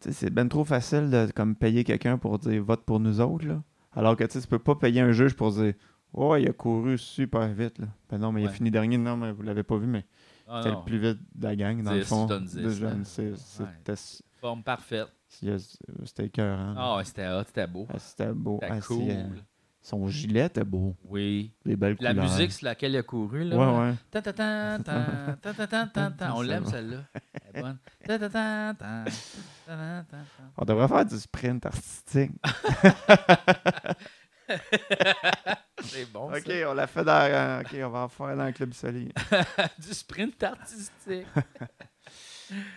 Tu sais, c'est ben trop facile de comme, payer quelqu'un pour dire vote pour nous autres, là. Alors que tu sais, tu peux pas payer un juge pour dire Oh, il a couru super vite, là. Ben non, mais il a Ouais. fini dernier. Non, mais vous l'avez pas vu, mais Ah, c'était non. le plus vite de la gang, dans le 10, fond. tu donnes 10, De- je là. donne six. C'était Forme parfaite. c'est- c'était écœurant. Ah, ouais, c'était hot, c'était beau. Ah, c'était beau. C'était Ah, c'est, cool. euh, son gilet était beau. Oui. Les belles La couleurs. musique sur laquelle il a couru, là. Ouais, ouais. Tan, tan, tan, tan, tan, tan, tan, tan, tan. On Ça l'aime, va. celle-là. Elle est bonne. Tan, tan, tan, tan, tan, tan, tan. On devrait faire du sprint artistique. C'est bon, ok, on l'a fait dans. euh, Ok, on va en faire dans le Club Soli. ça. Du sprint artistique.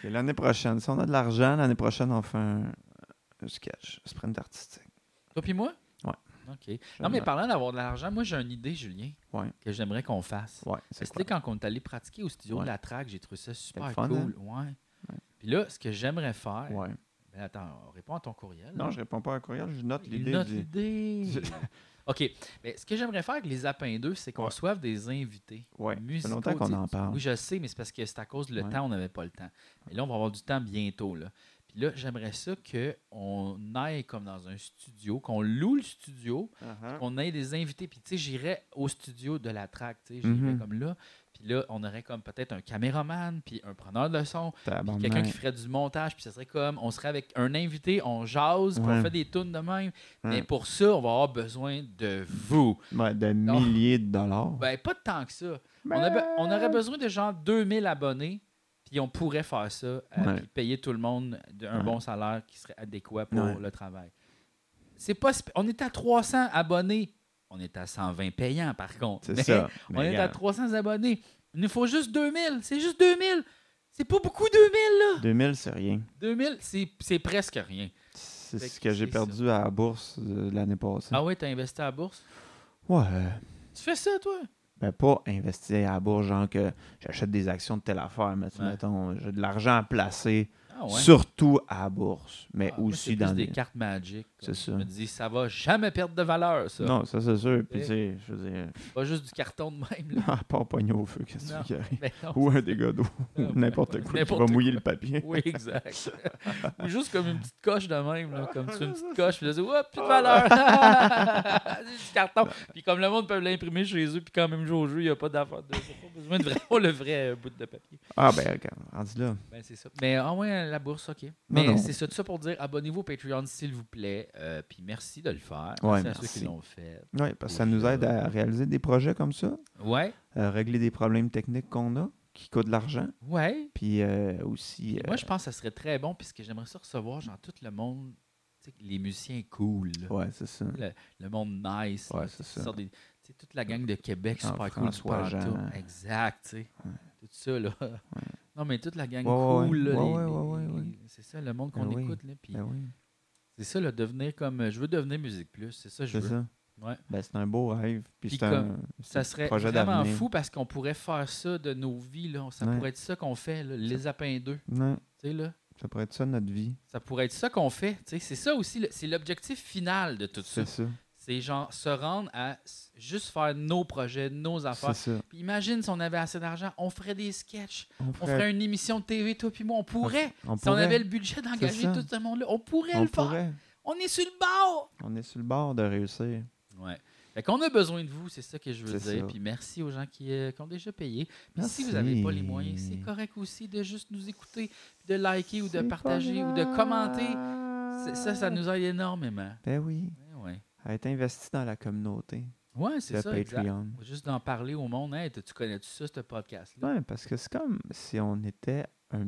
Ok, l'année prochaine, si on a de l'argent, l'année prochaine, on fait un, un sketch, un sprint artistique. Toi puis moi? Ouais. OK. Non, mais parlant d'avoir de l'argent, moi, j'ai une idée, Julien, Ouais. que j'aimerais qu'on fasse. Ouais, c'est C'était quoi? quand on est allé pratiquer au studio Ouais. de la track, j'ai trouvé ça super le fun, hein? cool. Ouais. Puis là, ce que j'aimerais faire. Ouais. Ben attends, on répond à ton courriel. Non, je réponds pas à un courriel, je note l'idée. Notre du- idée. Je- OK. Mais ce que j'aimerais faire avec les Apins 2, c'est qu'on Ouais. reçoive des invités. Ouais, ça fait musicaux, longtemps qu'on tu sais. en parle. Oui, je sais, mais c'est parce que c'est à cause du Ouais. temps, on n'avait pas le temps. Mais là, on va avoir du temps bientôt. Là. Puis là, j'aimerais ça qu'on aille comme dans un studio, qu'on loue le studio, Uh-huh. qu'on ait des invités. Puis tu sais, j'irais au studio de la track. Tu sais, j'irais Mhm. comme là. Puis là, on aurait comme peut-être un caméraman, puis un preneur de son, puis Tabarnak. quelqu'un qui ferait du montage, puis ça serait comme, on serait avec un invité, on jase, puis on Ouais. fait des tunes de même. Mais Ouais. pour ça, on va avoir besoin de vous. Ouais, de Non. milliers de dollars. Ben, pas tant que ça. On, a be- on aurait besoin de genre 2000 abonnés, puis on pourrait faire ça, euh, Ouais. puis payer tout le monde de- un Ouais. bon salaire qui serait adéquat pour Ouais. le travail. C'est pas... sp- On est à 300 abonnés. On est à 120 payants, par contre. c'est ça. Mais Ben, On Mais est à regarde, 300 abonnés. Il nous faut juste 2000. C'est juste 2000. C'est pas beaucoup 2000, là. 2000, c'est rien. 2000, c'est c'est presque rien. C'est Fait ce que que j'ai Ben, c'est perdu à la bourse euh, l'année passée. Ah ouais, t'as investi à la bourse? Ouais. euh, Tu fais ça, toi? Ben, pas investir à la bourse, genre que j'achète des actions de telle affaire, mais tu- Ouais. mettons, j'ai de l'argent à placer, Ah ouais. surtout à la bourse, mais Ah, moi, c'est aussi plus dans des des- cartes Magic. C'est Je ça. me dis, ça va jamais perdre de valeur, ça. Non, ça c'est sûr. Puis Et- tu sais, je veux dire, Pas juste du carton de même, là. à part pogner au feu, qu'est-ce Non. que tu veux qu'il arrive? Mais non. Ou un dégât d'eau, ou Ah, ouais, n'importe quoi qui va n'importe mouiller le papier. Oui, exact. Ou juste comme une petite coche de même, là. Comme tu fais une petite coche, puis là, c'est, Oups, plus de valeur. Ah. c'est du carton. Puis comme le monde peut l'imprimer chez eux, puis quand même jouer au jeu, il n'y a pas d'affaire. De... y a pas besoin de vraiment le vrai euh, bout de papier. Ah ben regarde, rendu là. Ben, c'est ça. Mais ah ouais, la bourse, OK. Mais non. c'est ça, tout ça pour dire, abonnez-vous au Patreon, s'il vous plaît. euh, puis merci de le faire. Ouais, merci, à ceux merci. qui l'ont fait. Oui, parce que ça nous aide à réaliser des projets comme ça, Ouais, à régler des problèmes techniques qu'on a, qui coûtent de l'argent, ouais. puis euh, aussi... Puis euh, Moi, je pense que ça serait très bon, puisque j'aimerais ça recevoir, genre, tout le monde, tu sais, les musiciens cool, là. Ouais, c'est ça. le monde nice, là, Ouais, tu sais, c'est qui ça. sortent des- tu sais, toute la gang de Québec, Ah, super cool, François super Jean. tout. Exact, tu sais. Tout ça, là. Non, mais toute la gang Ouais, ouais, cool, là, ouais. les- Ouais, les- ouais, ouais, les- ouais. les- c'est ça, le monde qu'on Ben oui. écoute, là. puis Ben oui, C'est ça, le devenir comme. euh, Je veux devenir Musique Plus, c'est ça, que je c'est veux. ça. Ouais. Ben, c'est un beau rêve, puis Puis c'est un, c'est Ça un serait projet vraiment d'avenir. fou parce qu'on pourrait faire ça de nos vies, là. Ça Ouais. pourrait être ça qu'on fait, là, les apins 2, tu Ouais, sais, là. ça pourrait être ça notre vie. Ça pourrait être ça qu'on fait. tu sais. C'est ça aussi, le- c'est l'objectif final de tout ça. C'est ça. C'est genre se rendre à s- juste faire nos projets, nos C'est affaires. ça. Puis imagine si on avait assez d'argent, on ferait des sketchs, On on ferait une émission de TV, toi puis moi. On pourrait, on si on pourrait. avait le budget d'engager ça. tout ce monde-là, on pourrait On le faire. pourrait. On est sur le bord. On est sur le bord de réussir. Ouais. Fait qu'on a besoin de vous, c'est ça que je veux C'est dire. ça. Puis merci aux gens qui, euh, qui ont déjà payé. Puis si vous Merci. n'avez pas les moyens, c'est correct aussi de juste nous écouter, puis de liker ou de C'est partager pas ou de commenter. grave. C'est- Ça, ça nous aide énormément. Ben oui, Ouais, Ouais, à être investi dans la communauté, ouais c'est le ça. exact. Patreon. Faut Juste d'en parler au monde. Hey, tu connais-tu ça, ce podcast-là? Ouais, parce que c'est comme si on était un,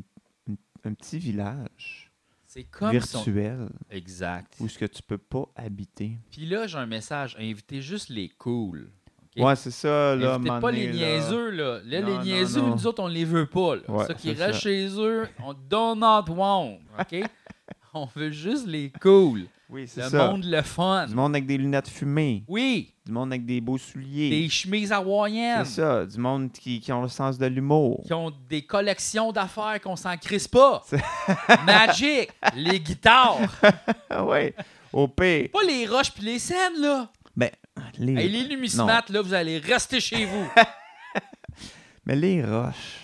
un- un petit village C'est comme son- virtuel Exact. où ce que tu peux pas habiter. Puis là, j'ai un message. Invitez juste les cools. Ok. Ouais, c'est ça, là. Invitez un moment pas les donné, là. niaiseux, là. Là, Non, les non, niaiseux, non. nous autres, on les veut pas. Là. Ouais, Ceux qui c'est ça. restent chez eux, on do not want. OK? on veut juste les cools. Oui, c'est Le ça. monde le fun. Du monde avec des lunettes fumées. Oui, Du monde avec des beaux souliers. des chemises C'est hawaïennes ça. Du monde qui, qui ont le sens de l'humour. qui ont des collections d'affaires qu'on s'en crisse pas. C'est- Magic, les guitares, Ah ouais. Au pire. pas les roches puis les scènes là. Ben, les... Hey, les numismates là, vous allez rester chez vous. Mais les roches.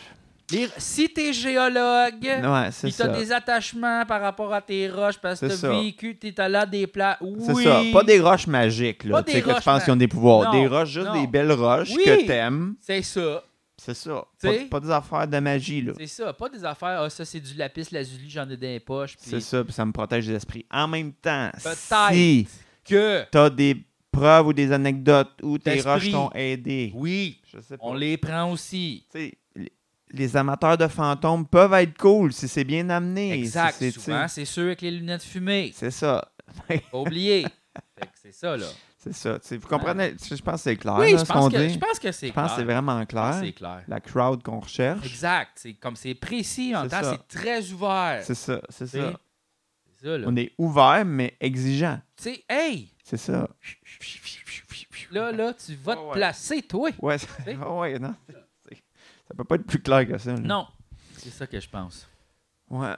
Les- Si t'es géologue, Ouais, c'est Puis t'as ça. des attachements par rapport à tes roches parce que C'est t'as ça. vécu, t'es allé à des plats. Oui. C'est ça. Pas des roches magiques, là. Pas Tu des sais, que roches tu penses ma- qu'ils ont des pouvoirs. Non, des roches, juste non. des belles roches Oui. que t'aimes. C'est ça. C'est ça. Tu sais? Pas, pas des affaires de magie, là. C'est ça. Pas des affaires. Ah, ça, c'est du lapis lazuli, j'en ai dans les poches. puis C'est ça, puis ça me protège des esprits. En même temps, Peut-être. si Que. t'as des preuves ou des anecdotes où tes D'esprit. roches t'ont aidé, Oui. je sais pas. On les prend aussi. Tu sais, les- les amateurs de fantômes peuvent être cool si c'est bien amené. si Exact. c'est- tu sais, Souvent, c'est ceux avec les lunettes fumées. C'est ça. Pas oublier. Fait que c'est ça, là. C'est ça. Tu sais, vous comprenez? Je je pense que c'est clair, oui, là, je ce qu'on pense, que, dit. je pense que c'est Je pense clair. que c'est vraiment Je pense clair. que c'est clair. La crowd qu'on recherche. Exact. C'est comme c'est précis en C'est temps, ça. c'est très ouvert. C'est ça, c'est Tu sais? ça. C'est ça, là. On est ouvert, mais exigeant. Tu sais, hey, C'est ça. là, là, tu vas Ouais, te ouais. placer, toi. Ouais, ça- sais? ah ouais, non. c'est- Ça peut pas être plus clair que ça. là. Non. C'est ça que je pense. Ouais.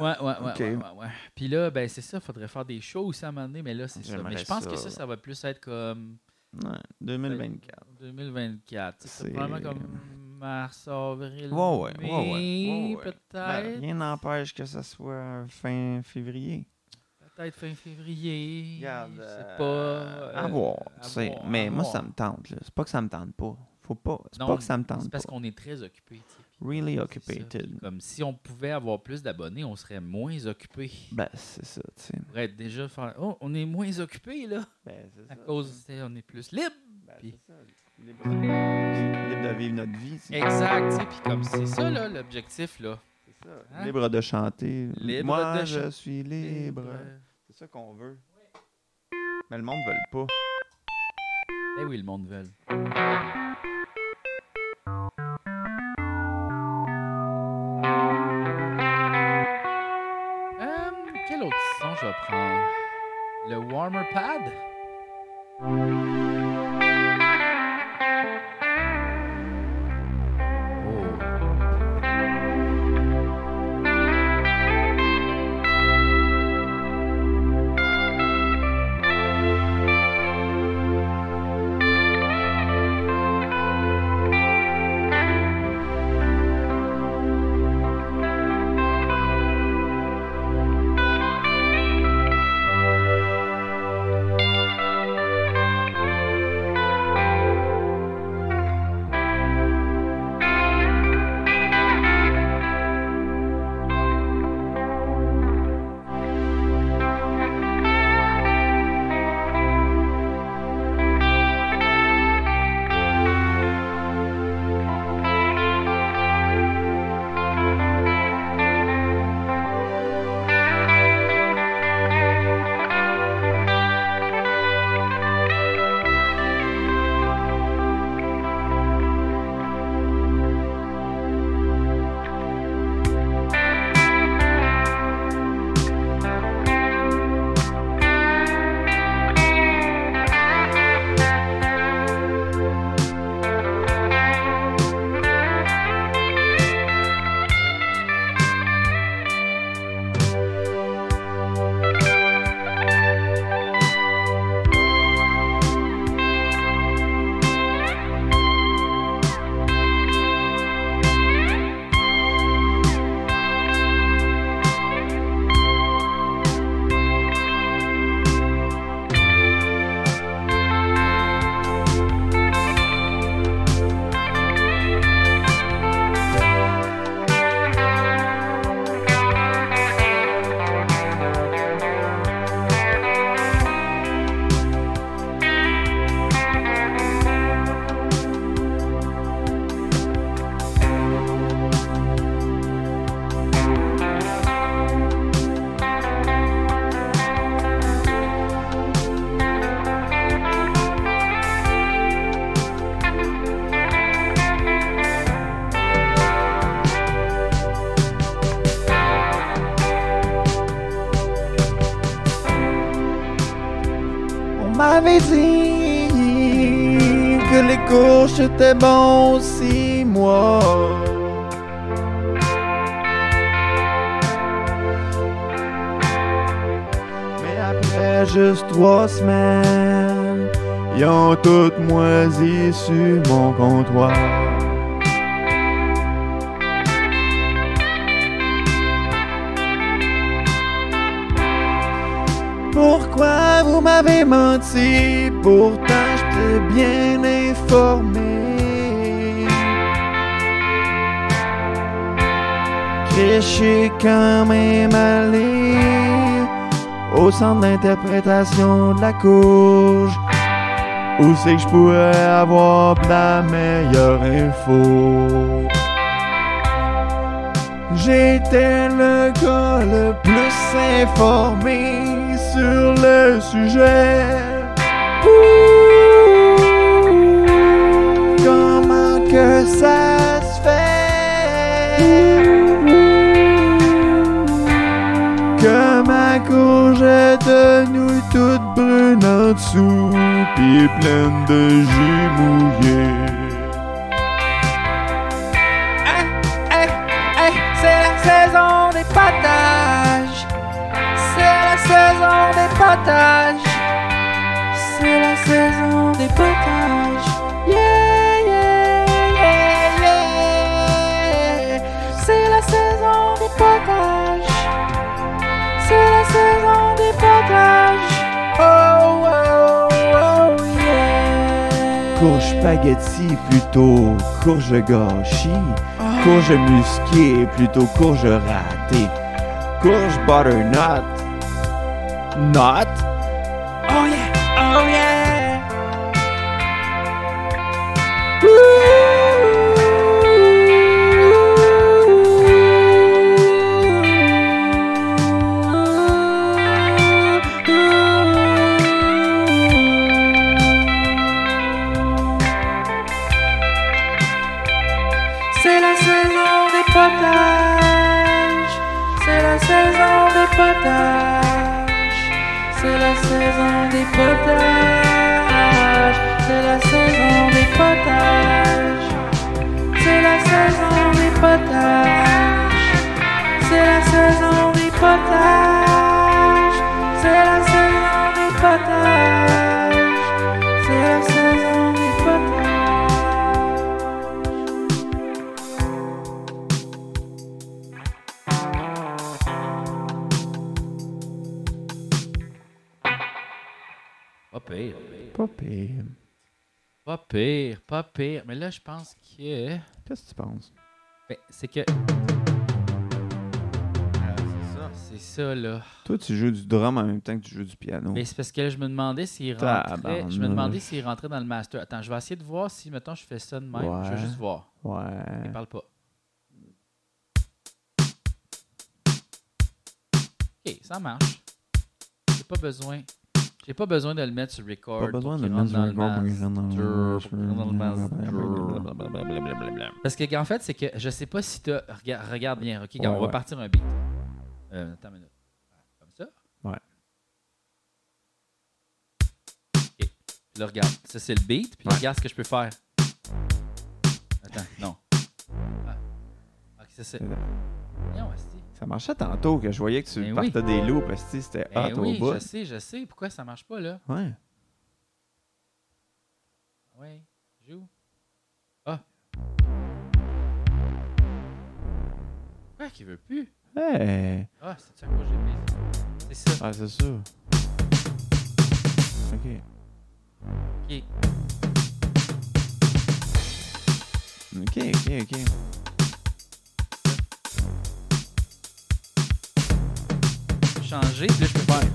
Ouais, ouais, ouais, Ok. ouais, ouais, ouais. Puis là, ben c'est ça, faudrait faire des shows aussi à un moment donné, mais là, c'est ça. J'aimerais Mais je pense ça. que ça, ça va plus être comme Ouais, 2024. 2024. tu sais, C'est C'est- probablement comme mars, avril, Ouais, ouais, ouais, ouais, mai, ouais, ouais. Ben, peut-être. rien n'empêche que ça soit fin février. Peut-être fin février. Regarde, je sais euh, pas. à euh, voir, à tu sais. voir, Mais à moi, voir. ça me tente. là. C'est pas que ça me tente pas. Faut pas. C'est Non, pas que ça me tente C'est pas. parce qu'on est très occupé. tu sais, puis Really c'est ça. occupated. Comme si on pouvait avoir plus d'abonnés, on serait moins occupé. Ben, c'est ça, tu sais. On pourrait être déjà faire. Oh, on est moins occupé, là. Ben, c'est Ben, À cause, tu sais, on est plus libre. puis- Libre libre de vivre notre vie. tu sais. Exact, tu sais, puis comme c'est ça, là, l'objectif, là. C'est ça. Hein? Libre de chanter. Libre Moi, de je chan- suis libre. Euh, C'est ça qu'on veut. Mais le monde veut pas. Eh oui, le monde veut. Euh, quel autre son je vais prendre? Le warmer pad? Oh. Ouais. m'avait dit que les couches étaient bon six mois. Mais après juste trois semaines, ils ont toutes moisi sur mon comptoir. Pourquoi vous m'avez menti Pourtant j'étais bien informé Créché quand même allé Au centre d'interprétation de la courge Où c'est que je pourrais avoir de la meilleure info J'étais le gars le plus informé sur le sujet. Ouh, Comment que ça se fait que ma courgette de nous toute brune en dessous, puis pleine de jus mouillé. Hey, hey, Eh, c'est la saison des potages. C'est la saison des potages. C'est la saison des potages. Yeah, yeah, yeah, yeah. C'est la saison des potages. C'est la saison des potages. Oh, oh, oh, yeah. Courge spaghetti plutôt, courge gâchis. Courge musquée, plutôt courge ratée. Courge butternut. Not. Oh yeah, oh yeah. C'est la saison des potages. C'est la saison des potages. C'est la saison des potages. C'est la saison des potages. C'est la saison des potages. C'est la saison des potages. C'est la saison des potages. C'est la saison des potages. Pas pire. Pas pire. Pas pire, pas pire. Mais là, je pense que. Qu'est-ce que tu penses? Ben, c'est que. Ah, C'est ça, là. Toi, tu joues du drum en même temps que tu joues du piano. Mais c'est parce que là, je me demandais s'il rentrait. Tabarnouche. Je me demandais s'il rentrait dans le master. Attends, je vais essayer de voir si, mettons, je fais ça de même. Je vais Ouais. juste voir. Ouais. Il parle pas. Ok, ça marche. J'ai pas besoin. J'ai pas besoin de le mettre sur record. Pas besoin de pour qu'il mettre rentre sur dans le record pour mas- qu'il rentre dans le- Dur, pour qu'il rentre dans le mas- dur. Blablabla. Parce que en fait, c'est que je sais pas si tu regarde, regarde bien. Ok, regarde, Ouais, on va ouais. partir un beat. Euh, attends une minute. Comme ça. Ouais. Ok. Puis là, regarde. Ça, c'est le beat. Puis Ouais. regarde ce que je peux faire. Attends, non. Ah. Ok, ça, c'est. C'est là. Non, hostie. Ça marchait tantôt que je voyais que tu Ben oui. partais des loups parce que c'était hot Ben oui, Ah, au bout. je sais, je sais. Pourquoi ça marche pas, là? Ouais. Ouais, joue. Ah. Pourquoi qu'il veut plus? Hey. Ah, c'est ça que j'ai mis. C'est ça. Ah, c'est sûr. Ok. Ok. Ok, ok, ok. changer. Puis là, je peux faire.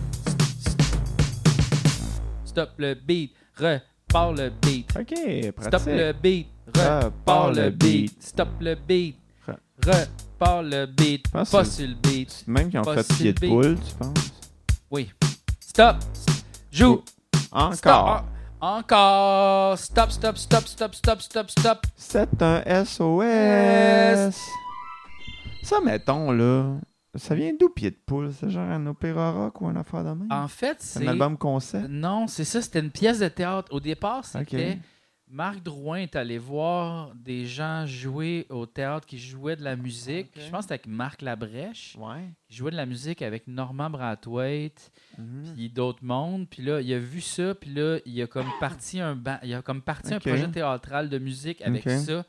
Stop le beat, repars le beat. Ok, pratique. Stop le beat, Repars repars le le beat. beat. Stop le beat, Re- repars le beat. pense Pas que- sur le beat. Même qu'ils ont Pas fait pied de syllabé. poule, tu penses? Oui. Stop. Joue. Encore. Stop. Ah. En- Encore. Stop, stop, stop, stop, stop, stop, stop. C'est un SOS. S. Ça, mettons, là, Ça vient d'où, Pied de Poule? C'est genre un opéra rock ou un affaire de même? En fait, c'est un Ah, c'est. album concept? Non, c'est ça, c'était une pièce de théâtre. Au départ, c'était. Ok. Marc Drouin est allé voir des gens jouer au théâtre qui jouaient de la musique. Ok. Je pense que c'était avec Marc Labrèche. Ouais. Il jouait de la musique avec Norman Brathwaite, Hmm. Mhm. puis d'autres mondes. Puis là, il a vu ça, puis là, il a comme parti un, ba- il a comme parti Ok. un projet théâtral de musique avec Ok. ça.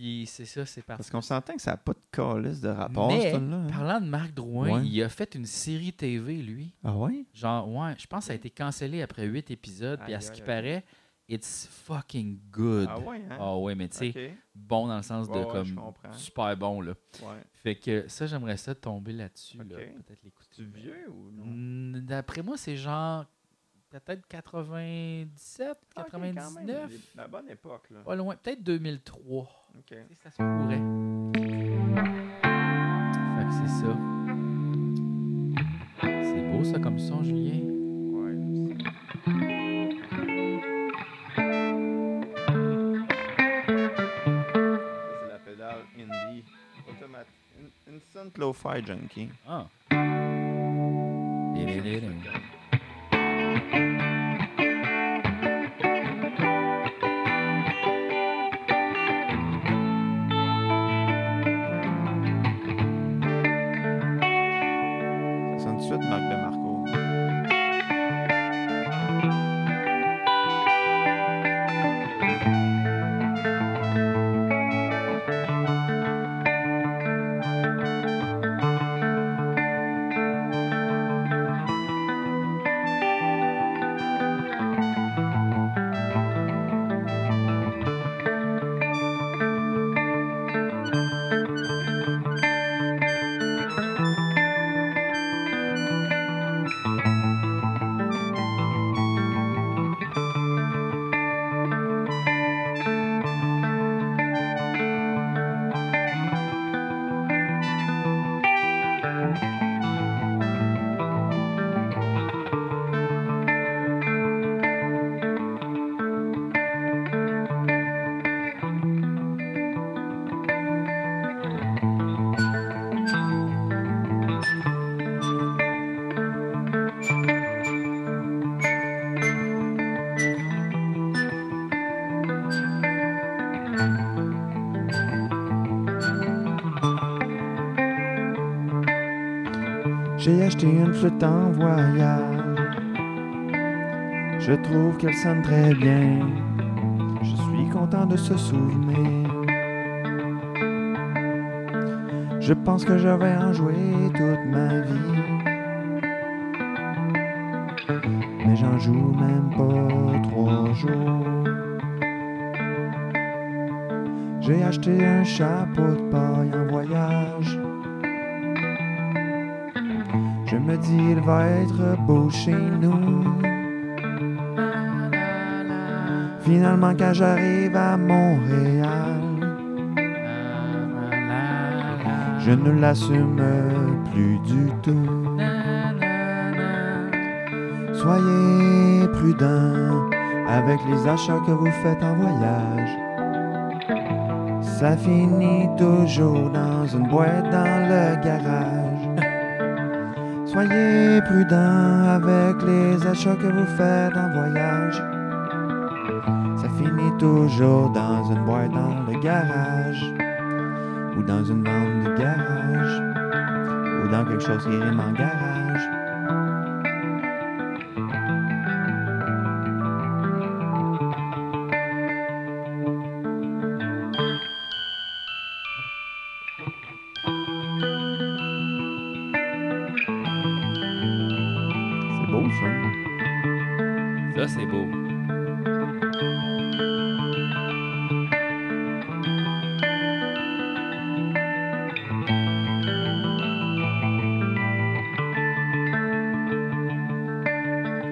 Puis c'est ça, c'est Parce parti. qu'on s'entend que ça n'a pas de calice de rapport, Mais, ce hein. là Parlant de Marc Drouin, Ouais. il a fait une série TV, lui. Ah ouais? Genre, ouais, je pense que ça a été cancellé après huit épisodes. Puis à Aïe, ce qui aïe, paraît, it's fucking good. Ah ouais, hein? Ah ouais, mais tu sais, Ok. bon dans le sens Ouais, de ouais, je comme comprends. super bon, là. Ouais. Fait que ça, j'aimerais ça tomber là-dessus, là. Ok. Peut-être l'écouter. Tu vieux ou non? Mm, D'après moi, c'est genre peut-être 97, Ah, 99, La bonne époque, là. pas loin, peut-être 2003. Ok. Tu sais, Ça se pourrait. Fait que c'est ça. C'est beau ça comme son, Julien. Ouais. C'est la pédale indie. Automatique. Instant lo-fi junkie. Ah. Ça sonne tout de suite Marc de Marco. J'ai acheté une flûte en voyage. Je trouve qu'elle sonne très bien. Je suis content de ce souvenir. Je pense que je vais en jouer toute ma vie. Mais j'en joue même pas trois jours. J'ai acheté un chapeau de paille en voyage. Je me dis, il va être beau chez nous. Finalement, quand j'arrive à Montréal, je ne l'assume plus du tout. Soyez prudent avec les achats que vous faites en voyage. Ça finit toujours dans une boîte dans le garage. Soyez prudent avec les achats que vous faites en voyage. Ça finit toujours dans une boîte dans le garage, ou dans une bande de garage, ou dans quelque chose qui rime en garage. C'est beau ça. Ça, c'est beau.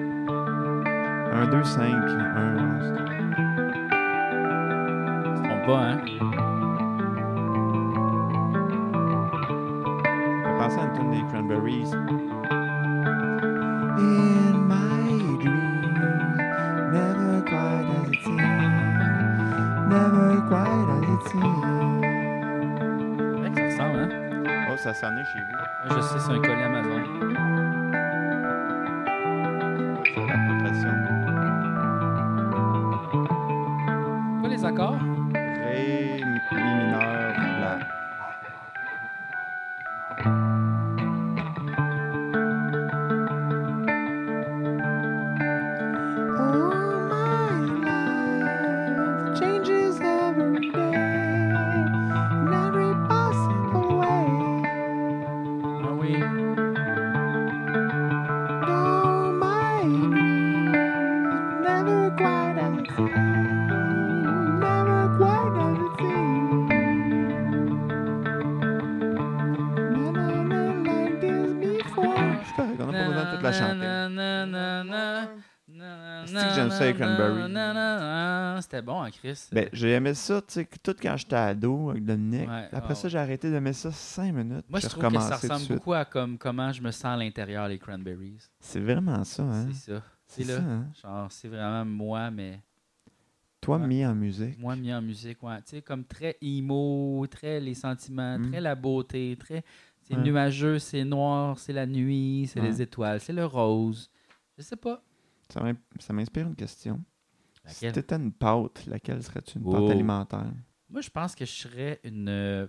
Un, deux, cinq, un. On se trompe pas, hein? Pensez à une tune des Cranberries. In my dreams, never quite as it seems, never quite as it seems. Ouais, Ça ressemble, hein? Oh, ça sonné chez vous. Je sais, c'est un collème avant. Pression. Pas les accords? Ré, mi mi mineur, la. Ah oui. C'est correct, on n'a pas besoin de toute la chanter. C'est-tu que j'aime ça, les Cranberries? Cranberry. C'était bon, hein, Chris. Ben, j'ai aimé ça, tu sais, que tout quand j'étais ado avec Dominique. Ouais, Après ah ça, j'ai arrêté d'aimer ça 5 minutes. Moi, j'ai je trouve que ça recommencé tout de ressemble suite. beaucoup à comme, comment je me sens à l'intérieur, les Cranberries. C'est vraiment ça, hein? C'est ça. C'est C'est là. ça, hein? Genre, c'est vraiment moi, mais Toi, Ouais. mis en musique. moi mis en musique. Ouais. Tu sais, comme très emo, très les sentiments, Mm. très la beauté, très. C'est Ouais. nuageux, c'est noir, c'est la nuit, c'est Ouais. les étoiles, c'est le rose. Je sais pas. Ça m'in- ça m'inspire une question. Si Laquelle? t'étais une pâte, laquelle serais-tu une Oh. pâte alimentaire? Moi, je pense que je serais une euh,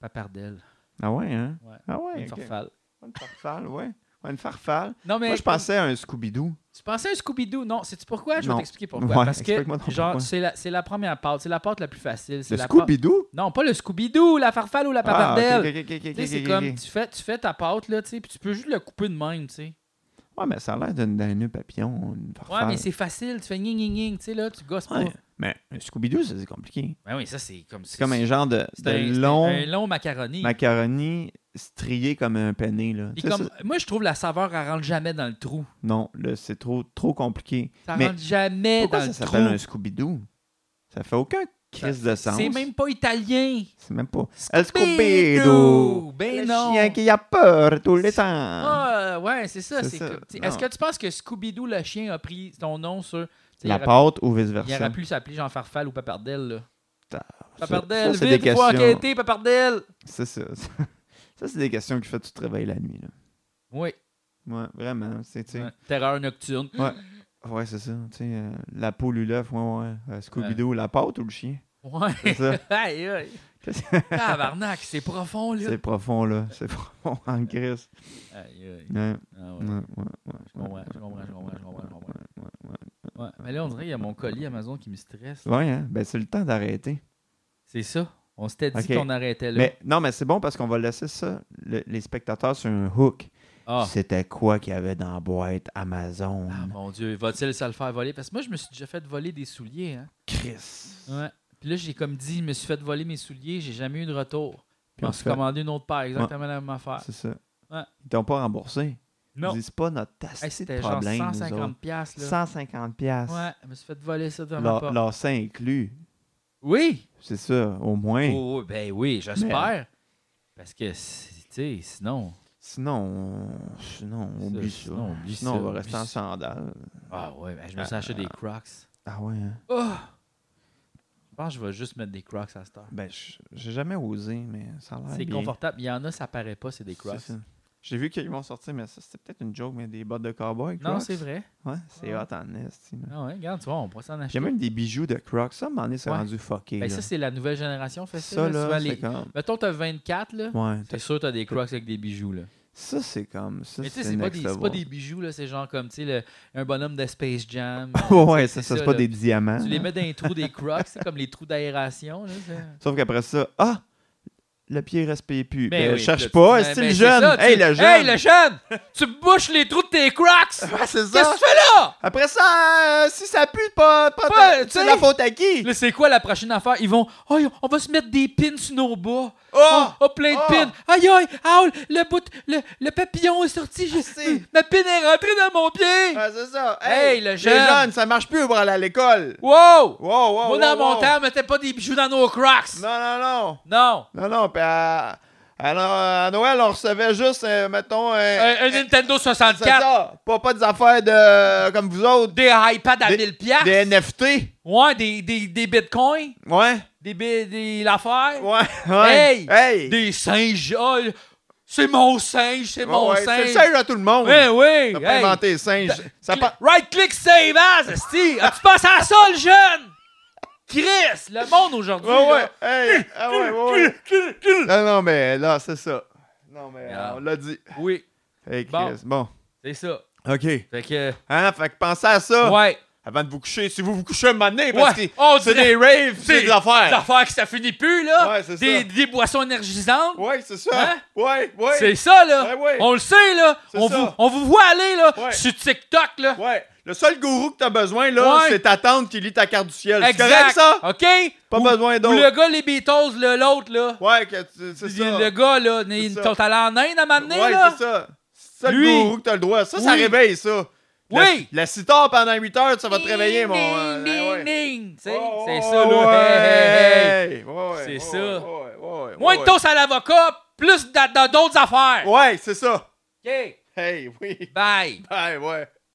papardelle. Ah ouais, hein? Ouais. Ah ouais, une ok. farfalle. Une farfalle, ouais. Ouais, une farfalle. Non, mais Moi, je pensais à un Scooby-Doo. tu pensais à un Scooby-Doo. Non, sais-tu pourquoi? Je vais Non. t'expliquer pourquoi. Ouais, Parce que, explique-moi donc genre, pourquoi. c'est la, c'est la première pâte. C'est la pâte la plus facile. C'est Le la pâte- Scooby-Doo? Ah, Non, pas le Scooby-Doo, la farfalle ou la papardelle. ok, ok, ok, ok, Tu sais, c'est ok, comme, ok. tu fais, tu fais ta pâte, là, tu sais, puis tu peux juste le couper de même, tu sais. Ouais, mais ça a l'air d'une- d'un nœud papillon, une Ouais, farfalle. mais c'est facile, tu fais gning, gning, gning, tu sais, là, tu gosses Ouais, pas. mais un Scooby-Doo, ça, c'est compliqué. Ben oui, ça, c'est comme... C'est comme un genre de, c'est de un- c'est long Un long macaroni. macaroni strié comme un penné, là. Puis Tu sais, comme, ça- moi, je trouve la saveur, elle rentre jamais dans le trou. non, là, c'est trop, trop compliqué. Ça mais rentre jamais pourquoi dans ça le s'appelle un trou. Scooby-Doo? Ça fait aucun crise de sens. C'est même pas italien. C'est même pas... El Scooby-Doo! Scooby-Doo! Ben Le non! chien qui a peur tout le temps! Ah, ouais, c'est ça. C'est c'est ça. que- tu sais, Non. Est-ce que tu penses que Scooby-Doo, le chien, a pris ton nom sur... tu sais, il La aurait- pâte ou Il aurait vice-versa. pu s'appeler Jean Farfalle ou Papardelle, là. Ça- Papardelle, ça, c'est des vite, faut questions. enquêter, Papardelle! C'est ça. Ça, c'est des questions que je fais tu te réveilles la nuit. Là. Oui. Ouais, vraiment. C'est, tu sais, Ouais. Terreur nocturne. ouais. c'est ça. Tu sais, euh, la poule ou l'œuf, ouais, ouais. Euh, Scooby-Doo, la pâte ou le chien? Ouais. C'est ça. aïe, aïe. Qu'est-ce- Tabarnak, c'est profond, là. c'est profond, là. C'est profond en crise. Aïe, aïe. Ouais, Ah ouais. ouais, ouais, ouais, Je comprends, je comprends, je comprends, je comprends, je comprends. Ouais. Mais là, on dirait qu'il y a mon colis Amazon qui me stresse. Ouais, hein? Ben, c'est le temps d'arrêter. C'est ça. On s'était dit Ok. qu'on arrêtait là. Mais non, mais c'est bon parce qu'on va laisser ça, le- les spectateurs, sur un hook. Ah. C'était quoi qu'il y avait dans la boîte Amazon? Ah, mon Dieu, va-t-il se le faire voler? Parce que moi, je me suis déjà fait voler des souliers. Hein. Chris! Ouais. Puis là, j'ai comme dit, je me suis fait voler mes souliers, j'ai jamais eu de retour. Je Puis on m'en suis fait- commandé une autre paire, exactement la même affaire. C'est ça. Ouais. Ils t'ont pas remboursé. Non. Ils disent, c'est pas notre tasse Hey, de C'était genre problème. nous autres. 150 piastres, là. 150 piastres. Ouais, je me suis fait voler ça devant ma Leur- porte. leur sein inclus. Oui! C'est ça, au moins. Oh, oh, ben oui, j'espère. Parce que, si- tu sais, sinon... Sinon, on- sinon, on Ça, oublie ça. sinon, on oublie Sinon, ça, on va oublie rester en ça. sandales. Ah ouais, ben, je me suis acheté des Crocs. Ah ouais, hein? Oh! Je pense que je vais juste mettre des Crocs à cette heure. Ben, je- j'ai jamais osé, mais ça a l'air C'est bien. confortable. Il y en a, ça paraît pas, c'est des Crocs. C'est ça. J'ai vu qu'ils vont sortir, mais ça, c'était peut-être une joke, mais des bottes de cowboy. Non, Crocs. c'est vrai. Ouais, c'est hot en esti, là. Ah ouais, regarde, tu vois, on pourrait s'en acheter. J'ai même des bijoux de Crocs. Ça, à un moment donné, c'est Ouais. rendu fucké. Ben, là. ça, c'est la nouvelle génération fait ça. ça, là, là, souvent, c'est les- comme. Mettons, t'as 24, là. Ouais, T'es sûr, t'as des crocs avec des bijoux, là. ça, c'est comme. Ça, Mais tu sais, c'est c'est pas, next des- c'est level. pas des bijoux, là. C'est genre comme, tu sais, le- un bonhomme de Space Jam. ouais, ça, ça, c'est pas là. des diamants. Tu là. les mets dans les trous des crocs, c'est comme les trous d'aération, là. c'est- Sauf qu'après ça, ah, le pied respire plus. Ben Ben, oui, cherche là, pas, ben, c'est ben, le c'est jeune. ça, tu hey, sais. le jeune. Hey, le jeune! tu bouches les trous de tes crocs! Ouais, Ah, c'est Qu'est-ce ça. que tu fais là? Après ça, euh, si ça pue, pas, pas, Pas, ta- tu c'est sais. la faute à qui? Là, c'est quoi la prochaine affaire? Ils vont, oh, on va se mettre des pins sur nos bas. Oh! Oh, plein de Oh! pins. Aïe, aïe, aïe, le bout, le, le papillon est sorti. Je, sais. ma pin est rentrée dans mon pied. Ouais, Ah, c'est ça. Hey, le les jeune. jeunes, ça marche plus pour aller à l'école. Wow! Wow, wow, Moi, wow, dans mon wow. temps, on mettait pas des bijoux dans nos crocs. Non, non, non. Non. Non, non, puis à, à no- à Noël, on recevait juste, euh, mettons, euh, Un, un Nintendo c'est 64. ça. Pas, pas des affaires de, euh, comme vous autres, Des iPads à Des- 1000 piastres. des NFT. Ouais, des, des, des bitcoins. Ouais, Des, bi- des l'affaire. ouais, ouais. Hey! Hey! Des singes. Ah, C'est mon singe, c'est mon Ouais, ouais, singe. C'est le singe à tout le monde. Oui, oui. T'as pas hey. inventé le singe. Ça part- Right click save as, esti. As-tu pensé à ça, le jeune? Chris, le monde aujourd'hui. Ouais, là. ouais. Hey. Ah, ouais, ouais, ouais. Non, non, mais là, c'est ça. Non, mais euh, Ah. on l'a dit. Oui, Hey, Bon. Chris. Bon. c'est ça. OK. Fait que, Hein? Fait que pensez à ça ouais. avant de vous coucher. Si vous vous couchez un moment donné, parce Ouais, que on c'est dirait- des raves, c'est des Des affaires. affaires que ça finit plus, là. Ouais, c'est des, ça. des boissons énergisantes. Ouais, c'est Hein? ça. Ouais, ouais. C'est ça, là. Ouais, ouais. On le sait, là. C'est On ça. vous, on vous voit aller, là, Ouais. sur TikTok, là. Ouais. Le seul gourou que t'as besoin, là, Ouais. c'est ta tante qui lit ta carte du ciel. C'est Exact. correct, ça? OK? Pas Ou- besoin Ou le d'autre. gars, les Beatles, le- l'autre, là. Ouais, que tu- c'est ça. Le gars, là, ils ça. sont allés en Inde à m'amener, ouais, là. c'est ça. C'est ça le Lui. gourou que t'as le droit. Ça, ça Oui. réveille, ça. La- Oui. La sitar pendant 8 heures, ça va te réveiller, mon. euh, Ding, ding, ouais. ding. Tu sais, Oh, C'est oh, ça, là. Hey, hey, hey. ouais, ouais, C'est ouais, ça. ouais, ouais, ouais, Moins ouais. de toast à l'avocat, plus d'a- d'a- d'autres affaires. Ouais, c'est ça. OK. Hey, oui. Bye. Ouais, ouais.